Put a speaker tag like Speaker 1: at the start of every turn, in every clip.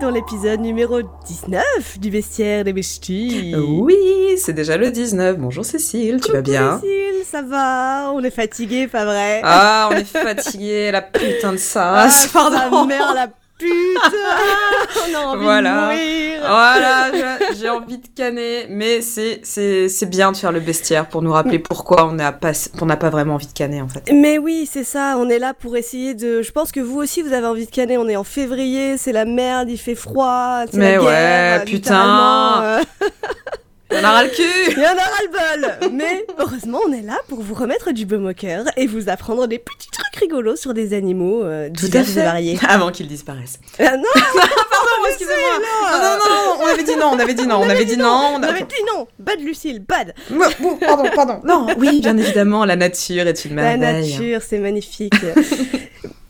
Speaker 1: dans l'épisode numéro 19 du Bestiaire des Besties.
Speaker 2: Euh, Oui, c'est déjà le 19. Bonjour Cécile, tu
Speaker 1: Coucou
Speaker 2: vas bien
Speaker 1: Cécile, ça va On est fatigué, pas vrai
Speaker 2: Ah, on est fatigué, la putain de Oh, ça.
Speaker 1: Ah, sa
Speaker 2: pardon.
Speaker 1: mère la pute On a envie
Speaker 2: Voilà.
Speaker 1: de mourir
Speaker 2: Voilà, je- j'ai envie de canner, mais c'est c'est c'est bien de faire le bestiaire pour nous rappeler pourquoi on n'a pas on n'a pas vraiment envie de canner en fait.
Speaker 1: Mais oui, c'est ça, on est là pour essayer de... Je pense que vous aussi, vous avez envie de canner, on est en février, c'est la merde, il fait froid, c'est
Speaker 2: Mais
Speaker 1: la
Speaker 2: ouais,
Speaker 1: guerre, euh,
Speaker 2: putain.
Speaker 1: littéralement, euh,
Speaker 2: On a ras le cul.
Speaker 1: Il y en a ras-le-bol Mais heureusement, on est là pour vous remettre du baume au cœur et vous apprendre des petits trucs rigolos sur des animaux euh, divers et variés.
Speaker 2: Avant qu'ils disparaissent.
Speaker 1: Ah non,
Speaker 2: Pardon, excusez-moi. Non, non, non, on avait dit non, on avait dit non, on, avait dit non. on
Speaker 1: Ah, on
Speaker 2: a-
Speaker 1: avait dit non Bad Lucille, bad
Speaker 2: Bon, bon, Pardon, pardon. Non, oui, bien évidemment, la nature est une
Speaker 1: La
Speaker 2: merveille.
Speaker 1: nature, c'est magnifique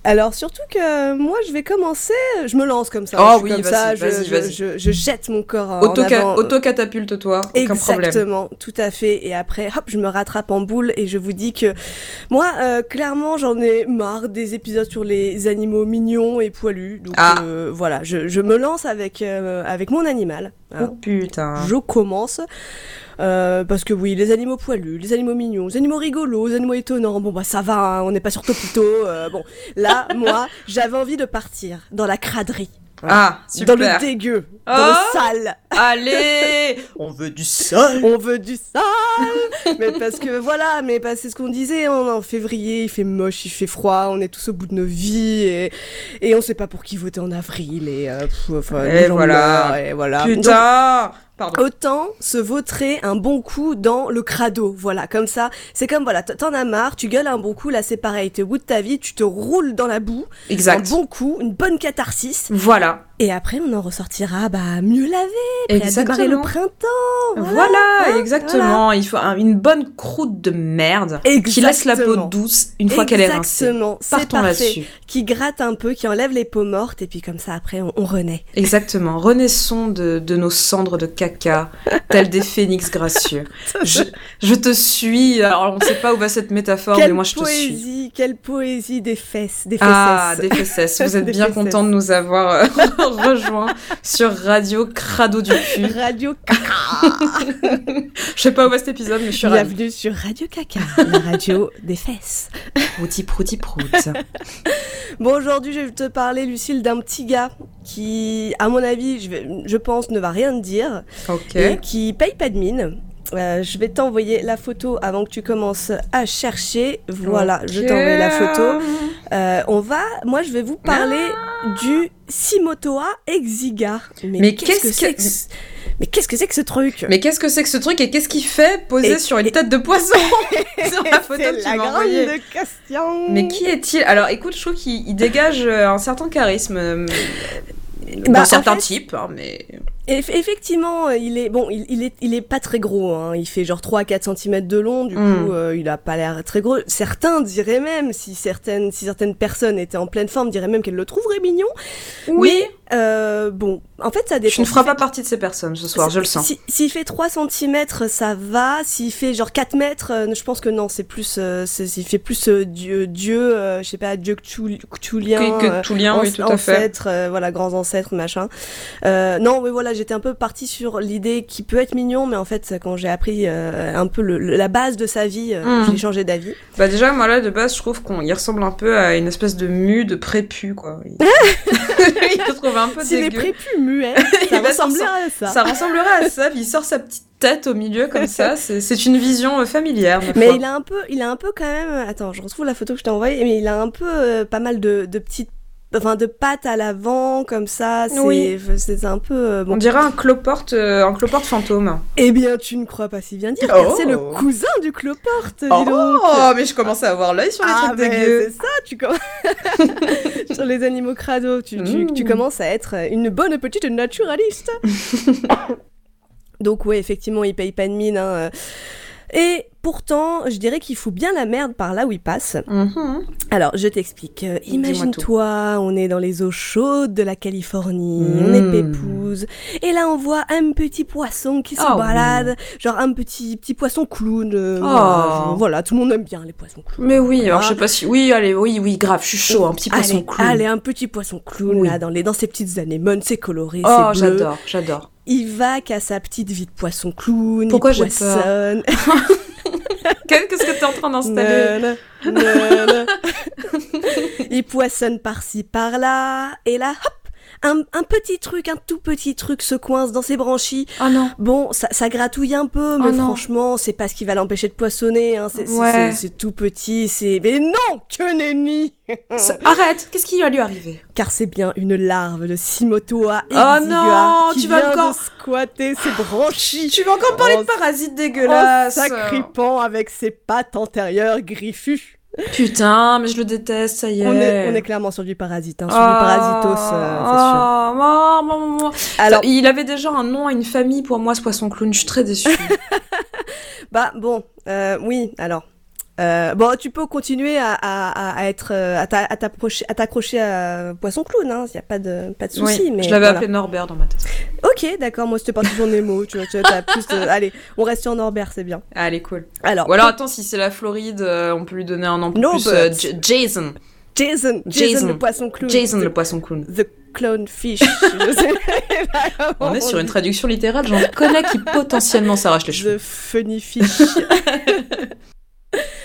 Speaker 1: Alors surtout que moi je vais commencer, je me lance comme ça,
Speaker 2: Oh
Speaker 1: je suis
Speaker 2: oui,
Speaker 1: comme
Speaker 2: vas-y,
Speaker 1: ça, je,
Speaker 2: vas-y,
Speaker 1: je-
Speaker 2: vas-y.
Speaker 1: je- je jette mon corps en
Speaker 2: Autoca-
Speaker 1: avant. euh,
Speaker 2: Auto-catapulte-toi, aucun problème.
Speaker 1: Exactement, tout à fait. Et après, hop, je me rattrape en boule et je vous dis que moi, euh, clairement, j'en ai marre des épisodes sur les animaux mignons et poilus. Donc
Speaker 2: Ah.
Speaker 1: euh, voilà, je, je me lance avec, euh, avec mon animal. hein.
Speaker 2: Oh putain.
Speaker 1: Je commence euh, parce que oui, les animaux poilus, les animaux mignons, les animaux rigolos, les animaux étonnants. Bon bah ça va, hein, on n'est pas sur Topito. euh, bon, là, moi, j'avais envie de partir dans la craderie,
Speaker 2: Ah, super.
Speaker 1: dans le dégueu, dans
Speaker 2: Oh.
Speaker 1: le sale.
Speaker 2: Allez On veut du sol
Speaker 1: On veut du sale Mais parce que voilà, mais bah, c'est ce qu'on disait, on est en février, il fait moche, il fait froid, on est tous au bout de nos vies et, et on sait pas pour qui voter en avril et, euh, pff, enfin,
Speaker 2: Et
Speaker 1: les gens
Speaker 2: voilà.
Speaker 1: meurent, et voilà. Donc,
Speaker 2: Putain Pardon.
Speaker 1: Autant se vautrer un bon coup dans le crado, voilà, comme ça, c'est comme, voilà, t- t'en as marre, tu gueules un bon coup, là c'est pareil, t'es au bout de ta vie, tu te roules dans la boue,
Speaker 2: Oh, Exact.
Speaker 1: un bon coup, une bonne catharsis,
Speaker 2: Voilà.
Speaker 1: et après on en ressortira, bah, mieux lavé, prêt à démarrer le printemps,
Speaker 2: Voilà,
Speaker 1: voilà. hein,
Speaker 2: exactement. Il faut un- une bonne croûte de merde qui laisse la peau
Speaker 1: Exactement.
Speaker 2: douce une fois qu'elle est rincée.
Speaker 1: Exactement, c'est
Speaker 2: Partons
Speaker 1: parfait.
Speaker 2: là-dessus.
Speaker 1: Qui gratte un peu, qui enlève les peaux mortes, et puis comme ça après on, on renaît.
Speaker 2: Exactement. Renaissons de, de nos cendres de caca, tels des phénix gracieux. Je, je te suis. Alors, on ne sait pas où va cette métaphore, mais
Speaker 1: quelle
Speaker 2: moi, je te
Speaker 1: poésie,
Speaker 2: suis.
Speaker 1: quelle poésie des fesses, des fesses.
Speaker 2: Ah, des fesses. Vous êtes
Speaker 1: Des
Speaker 2: bien
Speaker 1: fesses.
Speaker 2: content de nous avoir euh, rejoints sur Radio Crado du cul.
Speaker 1: Radio Caca.
Speaker 2: Je sais pas où va cet épisode, mais je suis ravie.
Speaker 1: Bienvenue sur Radio Caca, la radio des fesses.
Speaker 2: Prouti, prouti, prout.
Speaker 1: Bon, aujourd'hui, je vais te parler, Lucille, d'un petit gars qui, à mon avis, je, vais- je pense, ne va rien te dire
Speaker 2: Ok.
Speaker 1: et qui paye pas de mine. Euh, je vais t'envoyer la photo avant que tu commences à chercher. Voilà, je
Speaker 2: Ok.
Speaker 1: t'envoie la photo. Euh, on va, moi je vais vous parler du Simotoa exiga.
Speaker 2: Ah Mais
Speaker 1: que
Speaker 2: qu'est-ce
Speaker 1: c'est
Speaker 2: que-
Speaker 1: que ce- Mais qu'est-ce que c'est que ce truc
Speaker 2: Mais qu'est-ce que c'est que ce truc et qu'est-ce qu'il fait posé
Speaker 1: Et-
Speaker 2: sur une tête de poisson sur la photo
Speaker 1: C'est
Speaker 2: que tu
Speaker 1: la
Speaker 2: m'as
Speaker 1: grande
Speaker 2: envoyée
Speaker 1: question.
Speaker 2: Mais qui est-il Alors écoute, je trouve qu'il il dégage euh, un certain charisme. euh,
Speaker 1: Bah,
Speaker 2: dans
Speaker 1: en
Speaker 2: certains
Speaker 1: fait-
Speaker 2: types, hein, mais.
Speaker 1: Eff- Effectivement, euh, il est bon, il, il est il est pas très gros hein. il fait genre 3 à 4 cm de long, du
Speaker 2: Mm.
Speaker 1: coup euh, il a pas l'air très gros. Certains diraient même si certaines si certaines personnes étaient en pleine forme, diraient même qu'elles le trouveraient mignon. Mais, euh, bon, en fait ça dépend.
Speaker 2: je ne ferai pas partie de ces personnes ce soir, je le sens.
Speaker 1: Si- S'il fait 3 cm, ça va. S'il fait genre 4 mètres, euh, je pense que non, c'est plus. euh, c'est- il fait plus euh, Dieu, Dieu euh, je sais pas, Dieu Cthul- cthulien.
Speaker 2: Que,
Speaker 1: euh,
Speaker 2: que tout lien, oui,
Speaker 1: anc-
Speaker 2: tout à fait.
Speaker 1: ancêtres, euh, voilà, grands ancêtres, machin. Euh, non, mais voilà, j'étais un peu partie sur l'idée qui peut être mignon, mais en fait, quand j'ai appris euh, un peu le- le- la base de sa vie, euh,
Speaker 2: Mm.
Speaker 1: j'ai changé d'avis.
Speaker 2: Bah déjà, moi là, de base, je trouve qu'on il ressemble un peu à une espèce de mu de prépu, quoi. Il, il se trouve un peu
Speaker 1: Si les
Speaker 2: dégueu.
Speaker 1: prépuces muets, ça
Speaker 2: Il va
Speaker 1: ressemblait
Speaker 2: s'en-
Speaker 1: à ça.
Speaker 2: Ça ressemblerait à ça, puis il sort sa petite tête au milieu comme ça. C'est c'est une vision euh, familière. ma
Speaker 1: Mais
Speaker 2: foi.
Speaker 1: il a un peu, il a un peu quand même. Attends, je retrouve la photo que je t'ai envoyée. Mais il a un peu euh, pas mal de, de petites, enfin de pattes à l'avant comme ça. C'est,
Speaker 2: Oui.
Speaker 1: c'est un peu euh,
Speaker 2: On
Speaker 1: bon.
Speaker 2: dirait un cloporte, euh, un cloporte fantôme.
Speaker 1: Eh bien, tu ne crois pas si bien dire,
Speaker 2: Oh.
Speaker 1: car c'est le cousin du cloporte. dis donc.
Speaker 2: mais je commence à avoir l'œil sur
Speaker 1: Oh. Ah, mais c'est ça, tu commences sur les animaux crado, tu, tu,
Speaker 2: Mm.
Speaker 1: tu commences à être euh, une bonne petite naturaliste. Donc ouais, effectivement, il paye pas de mine. hein. euh. Et pourtant, je dirais qu'il fout bien la merde par là où il passe.
Speaker 2: Mhm.
Speaker 1: Alors, je t'explique. Euh,
Speaker 2: Dis-moi
Speaker 1: Imagine-toi, on est dans les eaux chaudes de la Californie, on
Speaker 2: Mm.
Speaker 1: est pépouze, et là on voit un petit poisson qui se
Speaker 2: Ah oui.
Speaker 1: balade, genre un petit petit poisson clown. euh,
Speaker 2: Oh.
Speaker 1: voilà, je- voilà, tout le monde aime bien les poissons clowns.
Speaker 2: Mais oui, alors
Speaker 1: Ah.
Speaker 2: je sais pas si. Oui, allez, oui, oui, grave, je suis chaud, un petit poisson
Speaker 1: allez,
Speaker 2: clown.
Speaker 1: Allez, un petit poisson clown,
Speaker 2: Oui.
Speaker 1: là, dans, les, dans ses petites anémones, c'est coloré,
Speaker 2: oh,
Speaker 1: c'est bleu.
Speaker 2: j'adore, j'adore.
Speaker 1: Il va qu'à sa petite vie de poisson clown,
Speaker 2: Pourquoi
Speaker 1: il
Speaker 2: j'ai
Speaker 1: poissonne.
Speaker 2: Qu'est-ce que t'es en train d'installer
Speaker 1: Nana, nana. il poissonne par-ci, par-là, et là, hop un, un petit truc, un tout petit truc se coince dans ses branchies.
Speaker 2: Oh non.
Speaker 1: Bon, ça, ça gratouille un peu, mais
Speaker 2: Oh non.
Speaker 1: franchement, c'est pas ce qui va l'empêcher de poissonner. Hein. C'est c'est-
Speaker 2: Ouais.
Speaker 1: c'est- c'est tout petit, c'est... Mais non, que nenni
Speaker 2: Ça- Arrête, qu'est-ce qui va lui arriver
Speaker 1: Car c'est bien une larve de Simotoa
Speaker 2: Oh
Speaker 1: exigua
Speaker 2: non,
Speaker 1: qui
Speaker 2: tu vas
Speaker 1: vient
Speaker 2: encore-
Speaker 1: de squatter ses branchies
Speaker 2: Tu Oh, vas encore parler
Speaker 1: Oh,
Speaker 2: de parasites
Speaker 1: en
Speaker 2: dégueulasses
Speaker 1: s'agrippant avec ses pattes antérieures griffues.
Speaker 2: Putain, mais je le déteste, ça y est.
Speaker 1: On est, on est clairement sur du parasite, hein, sur
Speaker 2: Oh,
Speaker 1: du parasitos, euh, c'est sûr.
Speaker 2: oh, moi, moi, moi.
Speaker 1: Alors,
Speaker 2: il avait déjà un nom et une famille pour moi, ce poisson clown. Je suis très déçue.
Speaker 1: bah bon, euh, oui, alors. Euh, bon, tu peux continuer à, à, à- à être euh, à t'a- à t'approcher- à t'accrocher à Poisson Clown, hein, il n'y a pas de, pas de souci.
Speaker 2: Oui,
Speaker 1: mais
Speaker 2: je l'avais
Speaker 1: voilà.
Speaker 2: appelé Norbert dans ma tête.
Speaker 1: Ok, d'accord, moi c'était pas toujours Nemo, tu vois, tu vois, t'as plus de... Allez, on reste sur Norbert, c'est bien.
Speaker 2: Ah, elle est cool.
Speaker 1: Alors,
Speaker 2: Ou alors, attends, si c'est la Floride, euh, on peut lui donner un nom plus.
Speaker 1: Norbert.
Speaker 2: euh, J- Jason.
Speaker 1: Jason, Jason,
Speaker 2: Jason.
Speaker 1: le Poisson Clown.
Speaker 2: Jason,
Speaker 1: the,
Speaker 2: le poisson clown.
Speaker 1: the Clown Fish. je sais-
Speaker 2: On est sur une traduction littérale, j'en connais qui potentiellement s'arrache les cheveux.
Speaker 1: The funny fish.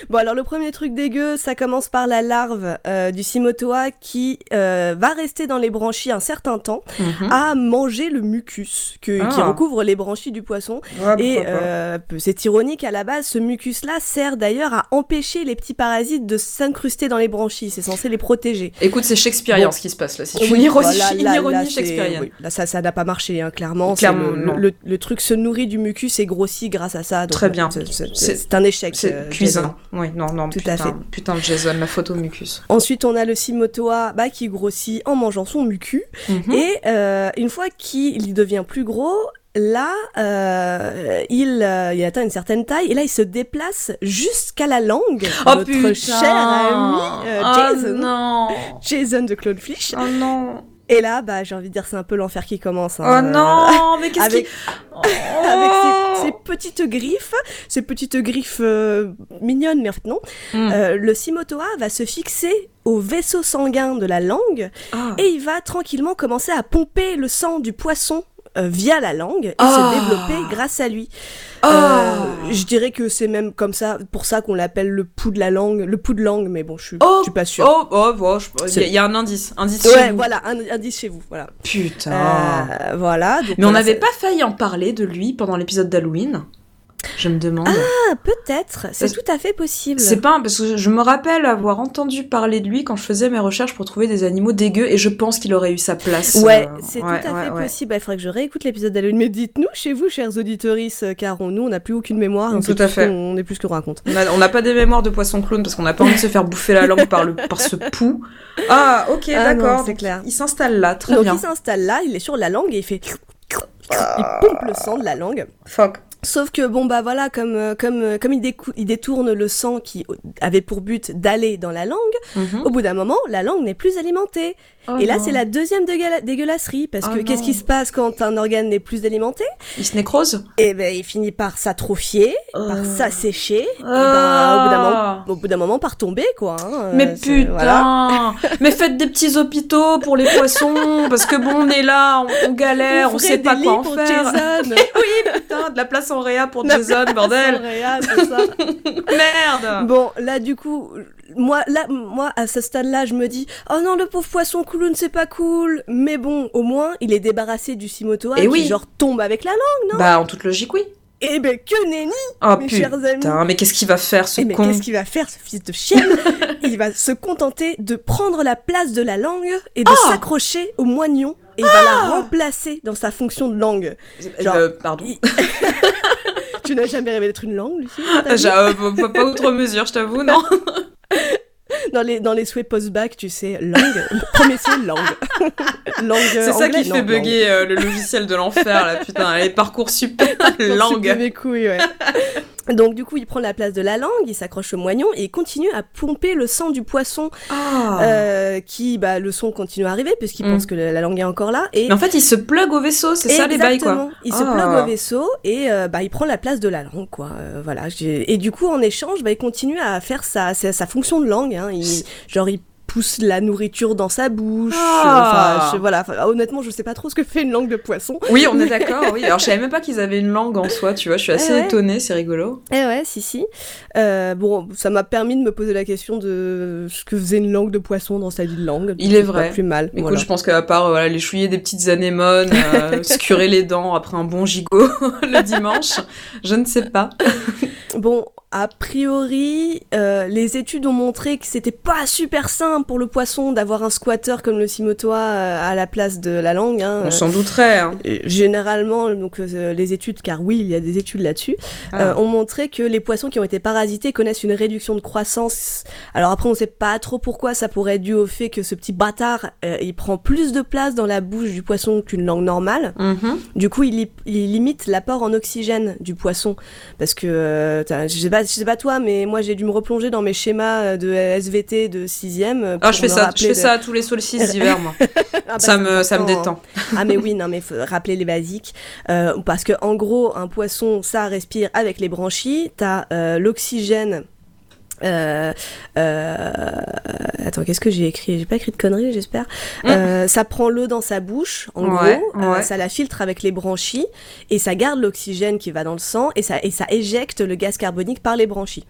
Speaker 1: bon, alors le premier truc dégueu, ça commence par la larve euh, du Simotoa qui euh, va rester dans les branchies un certain temps
Speaker 2: Mhm.
Speaker 1: à manger le mucus que- qui
Speaker 2: Ah.
Speaker 1: recouvre les branchies du poisson. Et euh, peu- c'est ironique à la base, ce mucus-là sert d'ailleurs à empêcher les petits parasites de s'incruster dans les branchies. C'est censé les protéger.
Speaker 2: Écoute, c'est shakespearien
Speaker 1: Bon.
Speaker 2: ce qui se passe là. C'est une
Speaker 1: Oui,
Speaker 2: ironie,
Speaker 1: voilà,
Speaker 2: une
Speaker 1: là-
Speaker 2: ironie
Speaker 1: là, c'est-
Speaker 2: shakespearienne.
Speaker 1: oui, là, ça, ça n'a pas marché, hein, clairement. C'est
Speaker 2: Clairement,
Speaker 1: le,
Speaker 2: non.
Speaker 1: le- le truc se nourrit du mucus et grossit grâce à ça. donc, euh,
Speaker 2: Très bien.
Speaker 1: c'est- c'est-
Speaker 2: C'est-
Speaker 1: C'est un échec.
Speaker 2: C'est
Speaker 1: euh, Jason.
Speaker 2: cuisant. Oui, non, non,
Speaker 1: Tout
Speaker 2: putain,
Speaker 1: à fait.
Speaker 2: putain de Jason, la photo mucus.
Speaker 1: Ensuite, on a le Simotoa bah, qui grossit en mangeant son mucu.
Speaker 2: Mhm.
Speaker 1: Et euh, une fois qu'il devient plus gros, là, euh, il, euh, il atteint une certaine taille et là, il se déplace jusqu'à la langue.
Speaker 2: Oh
Speaker 1: Notre
Speaker 2: putain
Speaker 1: cher ami euh,
Speaker 2: Oh,
Speaker 1: Jason.
Speaker 2: non
Speaker 1: Jason de Clownfish.
Speaker 2: Oh non
Speaker 1: Et là, bah, j'ai envie de dire, c'est un peu l'enfer qui commence. hein.
Speaker 2: Oh non Mais qu'est-ce
Speaker 1: Avec,
Speaker 2: qui...
Speaker 1: avec
Speaker 2: Oh.
Speaker 1: ses, ses petites griffes, ses petites griffes euh, mignonnes, mais en fait non,
Speaker 2: Mm.
Speaker 1: euh, le Simotoa va se fixer au vaisseau sanguin de la langue
Speaker 2: Ah.
Speaker 1: Et il va tranquillement commencer à pomper le sang du poisson euh, via la langue et
Speaker 2: Ah.
Speaker 1: se développer grâce à lui.
Speaker 2: Ah.
Speaker 1: Euh, je dirais que c'est même comme ça, pour ça qu'on l'appelle le pouls de la langue, le pouls de langue, mais bon, je suis,
Speaker 2: Oh.
Speaker 1: je suis pas sûre.
Speaker 2: Oh, oh, bon, je- il y, a- il y a un indice. Indice chez
Speaker 1: ouais,
Speaker 2: vous.
Speaker 1: voilà, un indice chez vous, voilà.
Speaker 2: Putain.
Speaker 1: Euh, voilà. donc
Speaker 2: Ah. Mais on
Speaker 1: voilà,
Speaker 2: n'avait
Speaker 1: ça-
Speaker 2: pas failli en parler de lui pendant l'épisode d'Halloween Je me demande.
Speaker 1: Ah, peut-être, c'est tout à fait possible.
Speaker 2: C'est pas un- parce que je me rappelle avoir entendu parler de lui quand je faisais mes recherches pour trouver des animaux dégueux et je pense qu'il aurait eu sa place.
Speaker 1: Ouais,
Speaker 2: euh,
Speaker 1: c'est
Speaker 2: ouais,
Speaker 1: tout à
Speaker 2: ouais,
Speaker 1: fait
Speaker 2: ouais.
Speaker 1: possible. Bah, Il faudrait que je réécoute l'épisode d'Halloween. Mais dites-nous chez vous, chers auditeurs, car on- nous, on n'a plus aucune mémoire. et on
Speaker 2: Tout
Speaker 1: sait
Speaker 2: à
Speaker 1: plus ce
Speaker 2: fait.
Speaker 1: qu'on- On est plus que raconte.
Speaker 2: On a- On n'a pas des mémoires de poisson clown parce qu'on n'a pas envie de se faire bouffer la langue par, le, par ce pou. Ah, ok,
Speaker 1: Ah non,
Speaker 2: d'accord.
Speaker 1: c'est
Speaker 2: donc
Speaker 1: clair.
Speaker 2: Il s'installe là, très
Speaker 1: Donc
Speaker 2: bien.
Speaker 1: il s'installe là, il est sur la langue et il fait. Il
Speaker 2: Ah.
Speaker 1: pompe le sang de la langue.
Speaker 2: Fuck.
Speaker 1: Sauf que bon bah voilà, comme euh, comme euh, comme il, décou- il détourne le sang qui avait pour but d'aller dans la langue,
Speaker 2: Mmh.
Speaker 1: au bout d'un moment, la langue n'est plus alimentée. et là, c'est la deuxième dégueula- dégueulasserie parce
Speaker 2: Oh
Speaker 1: que
Speaker 2: non.
Speaker 1: qu'est-ce qui se passe quand un organe n'est plus alimenté
Speaker 2: Il se nécrose
Speaker 1: Eh ben, il finit par s'atrophier,
Speaker 2: Oh.
Speaker 1: par s'assécher, et ben, au bout d'un moment,
Speaker 2: Euh, Ah.
Speaker 1: au bout d'un moment, par tomber quoi. hein. Euh,
Speaker 2: Mais
Speaker 1: c'est-
Speaker 2: putain
Speaker 1: voilà.
Speaker 2: Mais faites des petits hôpitaux pour les poissons parce que bon, on est là, on, on galère, on
Speaker 1: Ouvrez
Speaker 2: sait pas
Speaker 1: des
Speaker 2: quoi
Speaker 1: lits
Speaker 2: en
Speaker 1: pour
Speaker 2: faire.
Speaker 1: Jason.
Speaker 2: oui, putain, de la place en réa pour
Speaker 1: La
Speaker 2: Jason, bordel.
Speaker 1: Réa, c'est ça.
Speaker 2: Merde
Speaker 1: Bon, là, du coup, moi, là, moi, à ce stade-là, je me dis, oh non, le pauvre poisson clown, c'est pas cool. Mais bon, au moins, il est débarrassé du Simotoa
Speaker 2: Eh
Speaker 1: qui,
Speaker 2: oui.
Speaker 1: genre, tombe avec la langue.
Speaker 2: Bah, en toute logique, oui.
Speaker 1: Eh ben, que nenni,
Speaker 2: Oh
Speaker 1: mes
Speaker 2: putain,
Speaker 1: chers amis.
Speaker 2: mais qu'est-ce qu'il va faire ce
Speaker 1: Eh mais
Speaker 2: con
Speaker 1: qu'est-ce qu'il va faire, ce fils de chienne Il va se contenter de prendre la place de la langue et de
Speaker 2: Ah
Speaker 1: s'accrocher au moignon et il va la remplacer dans sa fonction de langue. Genre-
Speaker 2: Euh, Pardon.
Speaker 1: Il- tu n'as jamais rêvé d'être une langue, Lucie
Speaker 2: Ah,
Speaker 1: t'as dit
Speaker 2: j'ai- euh, pas, pas outre mesure, je t'avoue, non.
Speaker 1: dans les, dans les souhaits post-bac, tu sais, langue. Premier souhait, langue. langue
Speaker 2: C'est ça qui fait
Speaker 1: bugger
Speaker 2: bugger euh, le logiciel de l'enfer, là, putain. Les parcours super langue.
Speaker 1: mes couilles, ouais. Donc du coup, il prend la place de la langue, il s'accroche au moignon et il continue à pomper le sang du poisson
Speaker 2: Ah.
Speaker 1: euh, qui, bah, le son continue à arriver puisqu'il
Speaker 2: Mm.
Speaker 1: pense que la la langue est encore là. Et
Speaker 2: Mais en fait, il se plug au vaisseau, c'est ça les bails quoi.
Speaker 1: Exactement. Il se
Speaker 2: Ah.
Speaker 1: plug au vaisseau et euh, bah, il prend la place de la langue, quoi. Euh, voilà. J'ai- Et du coup, en échange, bah, il continue à faire sa, sa, sa fonction de langue. Hein. Il, genre, il pousse la nourriture dans sa bouche. euh,
Speaker 2: Ah.
Speaker 1: Enfin, je- voilà. Enfin, honnêtement, je sais pas trop ce que fait une langue de poisson.
Speaker 2: Oui, on est d'accord. Oui. Alors, je savais même pas qu'ils avaient une langue en soi. Tu vois, je suis assez
Speaker 1: Eh ouais.
Speaker 2: étonnée. C'est rigolo.
Speaker 1: Eh ouais, si, si. Euh, bon, ça m'a permis de me poser la question de ce que faisait une langue de poisson dans sa vie de langue.
Speaker 2: Il est
Speaker 1: C'est pas
Speaker 2: vrai.
Speaker 1: plus mal.
Speaker 2: Écoute,
Speaker 1: voilà.
Speaker 2: je pense qu'à part voilà, les chouiller des petites anémones, euh, se curer les dents après un bon gigot le dimanche, je ne sais pas.
Speaker 1: Bon, a priori, euh, les études ont montré que c'était pas super simple pour le poisson d'avoir un squatter comme le cimotois euh, à la place de la langue. hein.
Speaker 2: On s'en douterait. hein.
Speaker 1: Euh, Généralement, donc euh, les études, car oui, il y a des études là-dessus,
Speaker 2: Ah.
Speaker 1: euh, ont montré que les poissons qui ont été parasités connaissent une réduction de croissance. Alors après, on sait pas trop pourquoi. Ça pourrait être dû au fait que ce petit bâtard, euh, il prend plus de place dans la bouche du poisson qu'une langue normale.
Speaker 2: Mhm.
Speaker 1: Du coup, il, li- il limite l'apport en oxygène du poisson. Parce que, euh, t'as- je, sais pas, je sais pas toi, mais moi j'ai dû me replonger dans mes schémas euh, de SVT de 6ème. euh,
Speaker 2: Ah,
Speaker 1: pour
Speaker 2: je fais
Speaker 1: me
Speaker 2: ça. Je
Speaker 1: rappeler
Speaker 2: fais
Speaker 1: le-
Speaker 2: ça à tous les solstices d'hiver, moi.
Speaker 1: Ah bah,
Speaker 2: ça me, ça me
Speaker 1: important,
Speaker 2: détend.
Speaker 1: hein. ah, mais oui, non, mais faut rappeler les basiques. Euh, parce que, en gros, un poisson, ça respire avec les branchies. T'as euh, l'oxygène. Euh, euh, attends, qu'est-ce que j'ai écrit J'ai pas écrit de conneries, j'espère.
Speaker 2: Mm.
Speaker 1: Euh, ça prend l'eau dans sa bouche, en
Speaker 2: Ouais,
Speaker 1: gros, euh,
Speaker 2: ouais.
Speaker 1: ça la filtre avec les branchies et ça garde l'oxygène qui va dans le sang et ça, et ça éjecte le gaz carbonique par les branchies.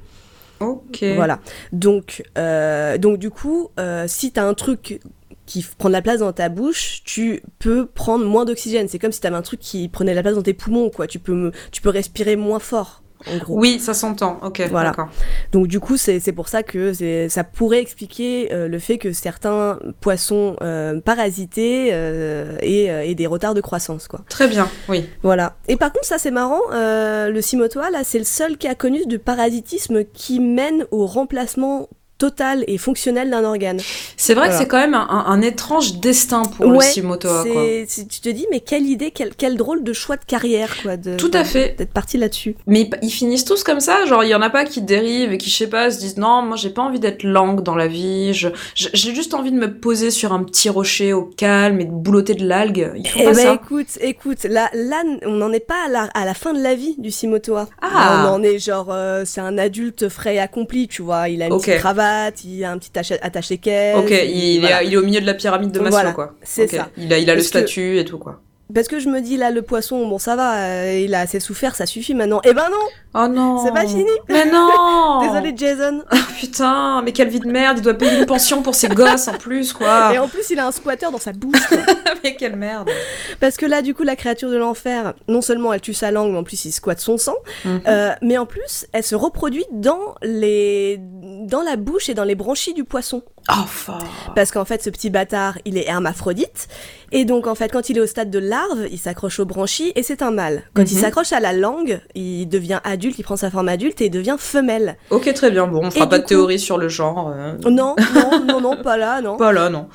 Speaker 2: Ok.
Speaker 1: hein. Voilà. Donc, euh, donc du coup, euh, si t'as un truc qui f- prend de la place dans ta bouche, tu peux prendre moins d'oxygène. C'est comme si t'avais un truc qui prenait de la place dans tes poumons, quoi. Tu peux, me- tu peux respirer moins fort, en gros.
Speaker 2: Oui, ça s'entend. Ok.
Speaker 1: Voilà.
Speaker 2: D'accord.
Speaker 1: Donc du coup, c'est c'est pour ça que c'est- ça pourrait expliquer euh, le fait que certains poissons euh, parasités euh, aient, euh, aient des retards de croissance, quoi.
Speaker 2: Très bien. Oui.
Speaker 1: Voilà. Et par contre, ça c'est marrant, euh, le cimotoa, là, c'est le seul cas connu de parasitisme qui mène au remplacement total et fonctionnel d'un organe.
Speaker 2: C'est vrai
Speaker 1: Voilà.
Speaker 2: que c'est quand même un, un- un étrange destin pour le
Speaker 1: Ouais,
Speaker 2: Simotoa. Quoi.
Speaker 1: C'est- c'est- Tu te dis, mais quelle idée, quel, quel drôle de choix de carrière, quoi. De,
Speaker 2: Tout à fait.
Speaker 1: D'être parti là-dessus.
Speaker 2: Mais ils- ils finissent tous comme ça, genre il y en a pas qui dérivent et qui je sais pas se disent non, moi j'ai pas envie d'être langue dans la vie, je- je- j'ai juste envie de me poser sur un petit rocher au calme et de boulotter de l'algue. Ils font
Speaker 1: Eh
Speaker 2: pas
Speaker 1: ben
Speaker 2: ça.
Speaker 1: écoute, écoute, là, là on n'en est pas à la, à la fin de la vie du Simotoa.
Speaker 2: Ah.
Speaker 1: Là, on en est genre, euh, c'est un adulte frais et accompli, tu vois. Il a une
Speaker 2: Ok.
Speaker 1: petite cravate, il a un petit attaché-caisse.
Speaker 2: Ok, il, il est, il est au milieu de la pyramide de Maslow
Speaker 1: euh, Voilà,
Speaker 2: quoi.
Speaker 1: c'est
Speaker 2: Ok,
Speaker 1: ça.
Speaker 2: Il a, il a le
Speaker 1: Parce que-
Speaker 2: statut et tout quoi.
Speaker 1: Parce que je me dis là, le poisson, bon ça va, euh, il a assez souffert, ça suffit maintenant. Eh ben non,
Speaker 2: Oh non.
Speaker 1: c'est pas fini.
Speaker 2: Mais non.
Speaker 1: Désolé Jason.
Speaker 2: Ah, putain, mais quelle vie de merde, il doit payer une pension pour ses gosses en plus
Speaker 1: Et
Speaker 2: quoi.
Speaker 1: en plus, il a un squatter dans sa bouche. quoi.
Speaker 2: mais quelle merde.
Speaker 1: Parce que là, du coup, la créature de l'enfer, non seulement elle tue sa langue, mais en plus, il squatte son sang.
Speaker 2: Mhm.
Speaker 1: Euh, mais en plus, elle se reproduit dans les, dans la bouche et dans les branchies du poisson.
Speaker 2: Oh fuck.
Speaker 1: Parce qu'en fait, ce petit bâtard, il est hermaphrodite. Et donc, en fait, quand il est au stade de larve, il s'accroche aux branchies et c'est un mâle. Quand il
Speaker 2: Mhm.
Speaker 1: s'accroche à la langue, il devient adulte, il prend sa forme adulte et il devient femelle.
Speaker 2: Ok très bien, bon on fera
Speaker 1: Et
Speaker 2: pas
Speaker 1: du
Speaker 2: de
Speaker 1: coup-
Speaker 2: théorie sur le genre. euh,
Speaker 1: Non, non, non, non, pas là, non.
Speaker 2: Pas là non.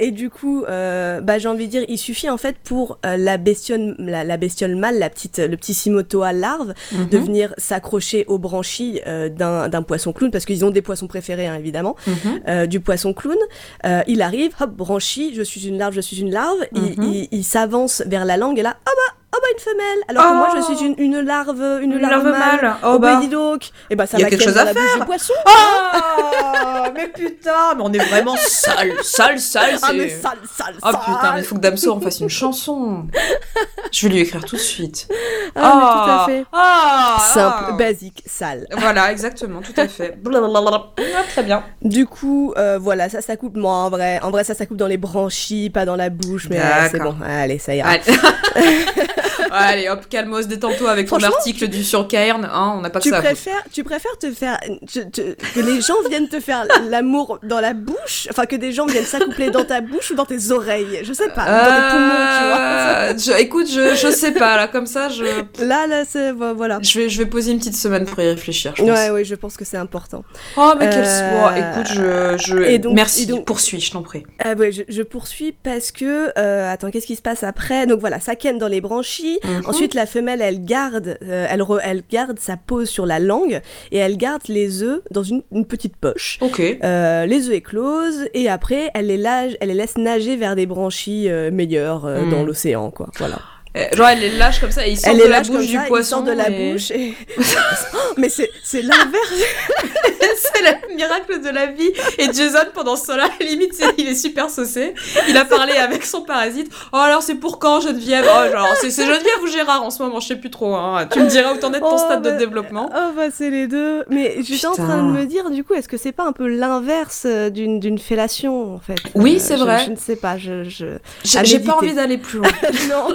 Speaker 1: Et du coup, euh, bah, j'ai envie de dire, il suffit en fait pour euh, la bestiole, la, la bestiole mâle, la petite, le petit simotoa larve, de
Speaker 2: Mhm,
Speaker 1: venir s'accrocher aux branchies euh, d'un d'un poisson clown, parce qu'ils ont des poissons préférés, hein, évidemment,
Speaker 2: mhm.
Speaker 1: euh, du poisson clown. Euh, il arrive, hop, branchie, je suis une larve, je suis une larve. Il,
Speaker 2: Mhm.
Speaker 1: il, il s'avance vers la langue et là, oh bah, oh bah une femelle. Alors que
Speaker 2: Oh.
Speaker 1: moi, je suis une, une larve, une,
Speaker 2: Une larve
Speaker 1: mâle.
Speaker 2: mâle.
Speaker 1: Oh
Speaker 2: Oh
Speaker 1: bah
Speaker 2: bah.
Speaker 1: dis donc. Et bah ça
Speaker 2: Il y a
Speaker 1: va
Speaker 2: quelque
Speaker 1: qu'elle
Speaker 2: chose à
Speaker 1: dans la bouche du poisson.
Speaker 2: Oh Mais putain, mais on est vraiment sale, sale, sale.
Speaker 1: Ah mais
Speaker 2: c'est-
Speaker 1: sale, sale,
Speaker 2: Oh
Speaker 1: sale.
Speaker 2: putain, mais faut que Damso en fasse une chanson. Je vais lui écrire tout de suite.
Speaker 1: Ah, mais tout à fait.
Speaker 2: Ah, ah.
Speaker 1: Simple, basique, sale.
Speaker 2: Voilà, exactement, tout à fait. Blablabla. Ah, très bien.
Speaker 1: Du coup, euh, voilà, ça, ça coupe. Moi, en vrai, en vrai, ça, ça coupe dans les branchies, pas dans la bouche, mais euh, c'est
Speaker 2: D'accord.
Speaker 1: bon. Allez, ça ira.
Speaker 2: Allez. Allez, hop, calmos, détends-toi avec ton
Speaker 1: Franchement,
Speaker 2: article du sur Cairn. Hein, on n'a pas que
Speaker 1: Tu
Speaker 2: ça. à foutre.
Speaker 1: préfères, tu préfères te faire te- te- que les gens viennent te faire l'amour dans la bouche, enfin que des gens viennent s'accoupler dans ta bouche ou dans tes oreilles, je sais pas, dans tes poumons, tu vois.
Speaker 2: Euh, je- écoute, je, je sais pas, là, comme ça, je,
Speaker 1: Là, là, c'est vo- voilà.
Speaker 2: je, vais, je vais poser une petite semaine pour y réfléchir. Je pense.
Speaker 1: Ouais, ouais, je pense que c'est important.
Speaker 2: Oh, mais qu'elle
Speaker 1: Euh,
Speaker 2: soit. Écoute, je. je...
Speaker 1: et donc-
Speaker 2: Merci,
Speaker 1: et donc-
Speaker 2: poursuis, je t'en prie.
Speaker 1: Ah ouais, je, je poursuis parce que... euh, attends, qu'est-ce qui se passe après Donc voilà, ça ken dans les branchies. Ensuite, la femelle, elle garde, euh, elle, re- elle garde sa pose sur la langue et elle garde les œufs dans une, une petite poche.
Speaker 2: Ok.
Speaker 1: Euh, les œufs éclosent et après, elle les, lage- elle les laisse nager vers des branchies euh, meilleures euh,
Speaker 2: Mm.
Speaker 1: dans l'océan, quoi. Voilà.
Speaker 2: Euh, Genre, elle les lâche comme ça et il sort
Speaker 1: elle
Speaker 2: de
Speaker 1: les
Speaker 2: la
Speaker 1: lâche comme
Speaker 2: bouche du
Speaker 1: ça, ils
Speaker 2: poisson.
Speaker 1: sortent de la
Speaker 2: et-
Speaker 1: bouche. et- Mais c'est c'est l'inverse.
Speaker 2: c'est le miracle de la vie. Et Jason, pendant cela, limite, c'est- il est super saucé. Il a parlé avec son parasite. Oh, alors c'est pour quand, Geneviève Oh, genre, c'est c'est Geneviève ou Gérard en ce moment, je sais plus trop. hein. Tu me diras où t'en es de ton
Speaker 1: Oh,
Speaker 2: stade de
Speaker 1: mais-
Speaker 2: développement.
Speaker 1: Oh bah c'est les deux. Mais j'étais en train de
Speaker 2: Putain.
Speaker 1: me dire du coup est-ce que c'est pas un peu l'inverse euh, d'une d'une fellation en fait
Speaker 2: Oui,
Speaker 1: Euh,
Speaker 2: c'est
Speaker 1: je-
Speaker 2: vrai.
Speaker 1: Je, ne sais pas. Je, je...
Speaker 2: J'ai
Speaker 1: à
Speaker 2: j'ai
Speaker 1: méditer.
Speaker 2: pas envie d'aller plus loin.
Speaker 1: non, on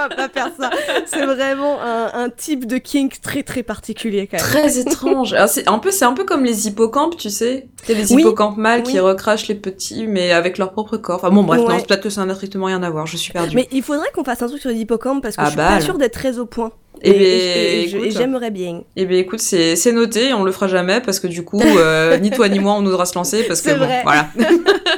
Speaker 1: va pas faire ça. C'est vraiment un, un type de kink très très particulier quand même.
Speaker 2: Très étrange. Alors, c'est un peu, c'est un peu comme les hippocampes, tu sais. C'est les
Speaker 1: Oui.
Speaker 2: hippocampes mâles
Speaker 1: Oui.
Speaker 2: qui recrachent les petits, mais avec leur propre corps. Enfin bon, bref,
Speaker 1: Ouais.
Speaker 2: non, c'est peut-être que ça n'a strictement rien à voir. Je suis perdue.
Speaker 1: Mais il faudrait qu'on fasse un truc sur l'hippocampe parce que
Speaker 2: Ah,
Speaker 1: je suis
Speaker 2: balle.
Speaker 1: pas sûre d'être très au point.
Speaker 2: Eh ben,
Speaker 1: et- et- et je- et
Speaker 2: écoute.
Speaker 1: j'aimerais bien.
Speaker 2: Eh bien écoute, c'est c'est noté, et on le fera jamais parce que du coup, euh, ni toi ni moi, on osera se lancer parce que
Speaker 1: C'est
Speaker 2: bon,
Speaker 1: vrai.
Speaker 2: voilà.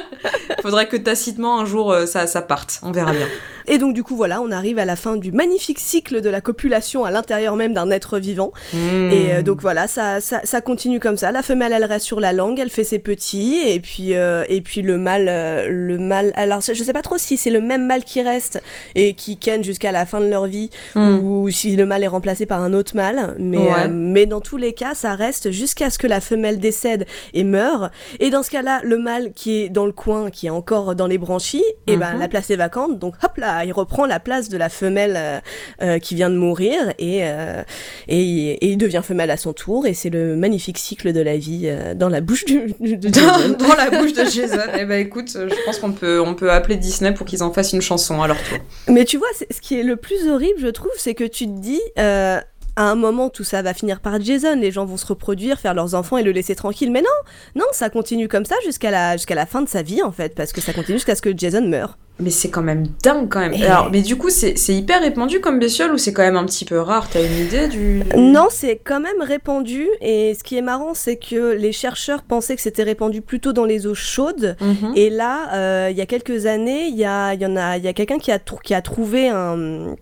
Speaker 2: Faudrait que tacitement un jour euh, ça, ça parte, on verra bien.
Speaker 1: Et donc du coup voilà, on arrive à la fin du magnifique cycle de la copulation à l'intérieur même d'un être vivant.
Speaker 2: Hmm.
Speaker 1: Et euh, donc voilà, ça, ça, ça continue comme ça. La femelle, elle reste sur la langue, elle fait ses petits, et puis euh, et puis le mâle, euh, le mâle. Alors je je sais pas trop si c'est le même mâle qui reste et qui ken jusqu'à la fin de leur vie,
Speaker 2: Hmm.
Speaker 1: ou si le mâle est remplacé par un autre mâle. Mais
Speaker 2: Ouais.
Speaker 1: euh, mais dans tous les cas, ça reste jusqu'à ce que la femelle décède et meure. Et dans ce cas-là, le mâle qui est dans le coin, qui est encore dans les branchies, et ben
Speaker 2: Mhm.
Speaker 1: la place est vacante, donc hop là, il reprend la place de la femelle euh, euh, qui vient de mourir et euh, et, et il devient femelle à son tour, et c'est le magnifique cycle de la vie euh, dans la bouche du, du- de
Speaker 2: Dans,
Speaker 1: Jason.
Speaker 2: dans la bouche de Jason. Eh ben écoute, je pense qu'on peut, on peut appeler Disney pour qu'ils en fassent une chanson à leur tour.
Speaker 1: Mais tu vois, c'est- ce qui est le plus horrible, je trouve, c'est que tu te dis, euh, à un moment, tout ça va finir par Jason, les gens vont se reproduire, faire leurs enfants et le laisser tranquille. Mais non, non, ça continue comme ça jusqu'à la, jusqu'à la fin de sa vie, en fait, parce que ça continue jusqu'à ce que Jason meure.
Speaker 2: Mais c'est quand même dingue quand même.
Speaker 1: Et-
Speaker 2: Alors, mais du coup, c'est c'est hyper répandu comme bestiole ou c'est quand même un petit peu rare T'as une idée du.
Speaker 1: Non, c'est quand même répandu, et ce qui est marrant, c'est que les chercheurs pensaient que c'était répandu plutôt dans les eaux chaudes,
Speaker 2: Mhm.
Speaker 1: Et là, euh, il y a quelques années, il y, a, il y en a, il y a quelqu'un qui a, trou- qui a trouvé un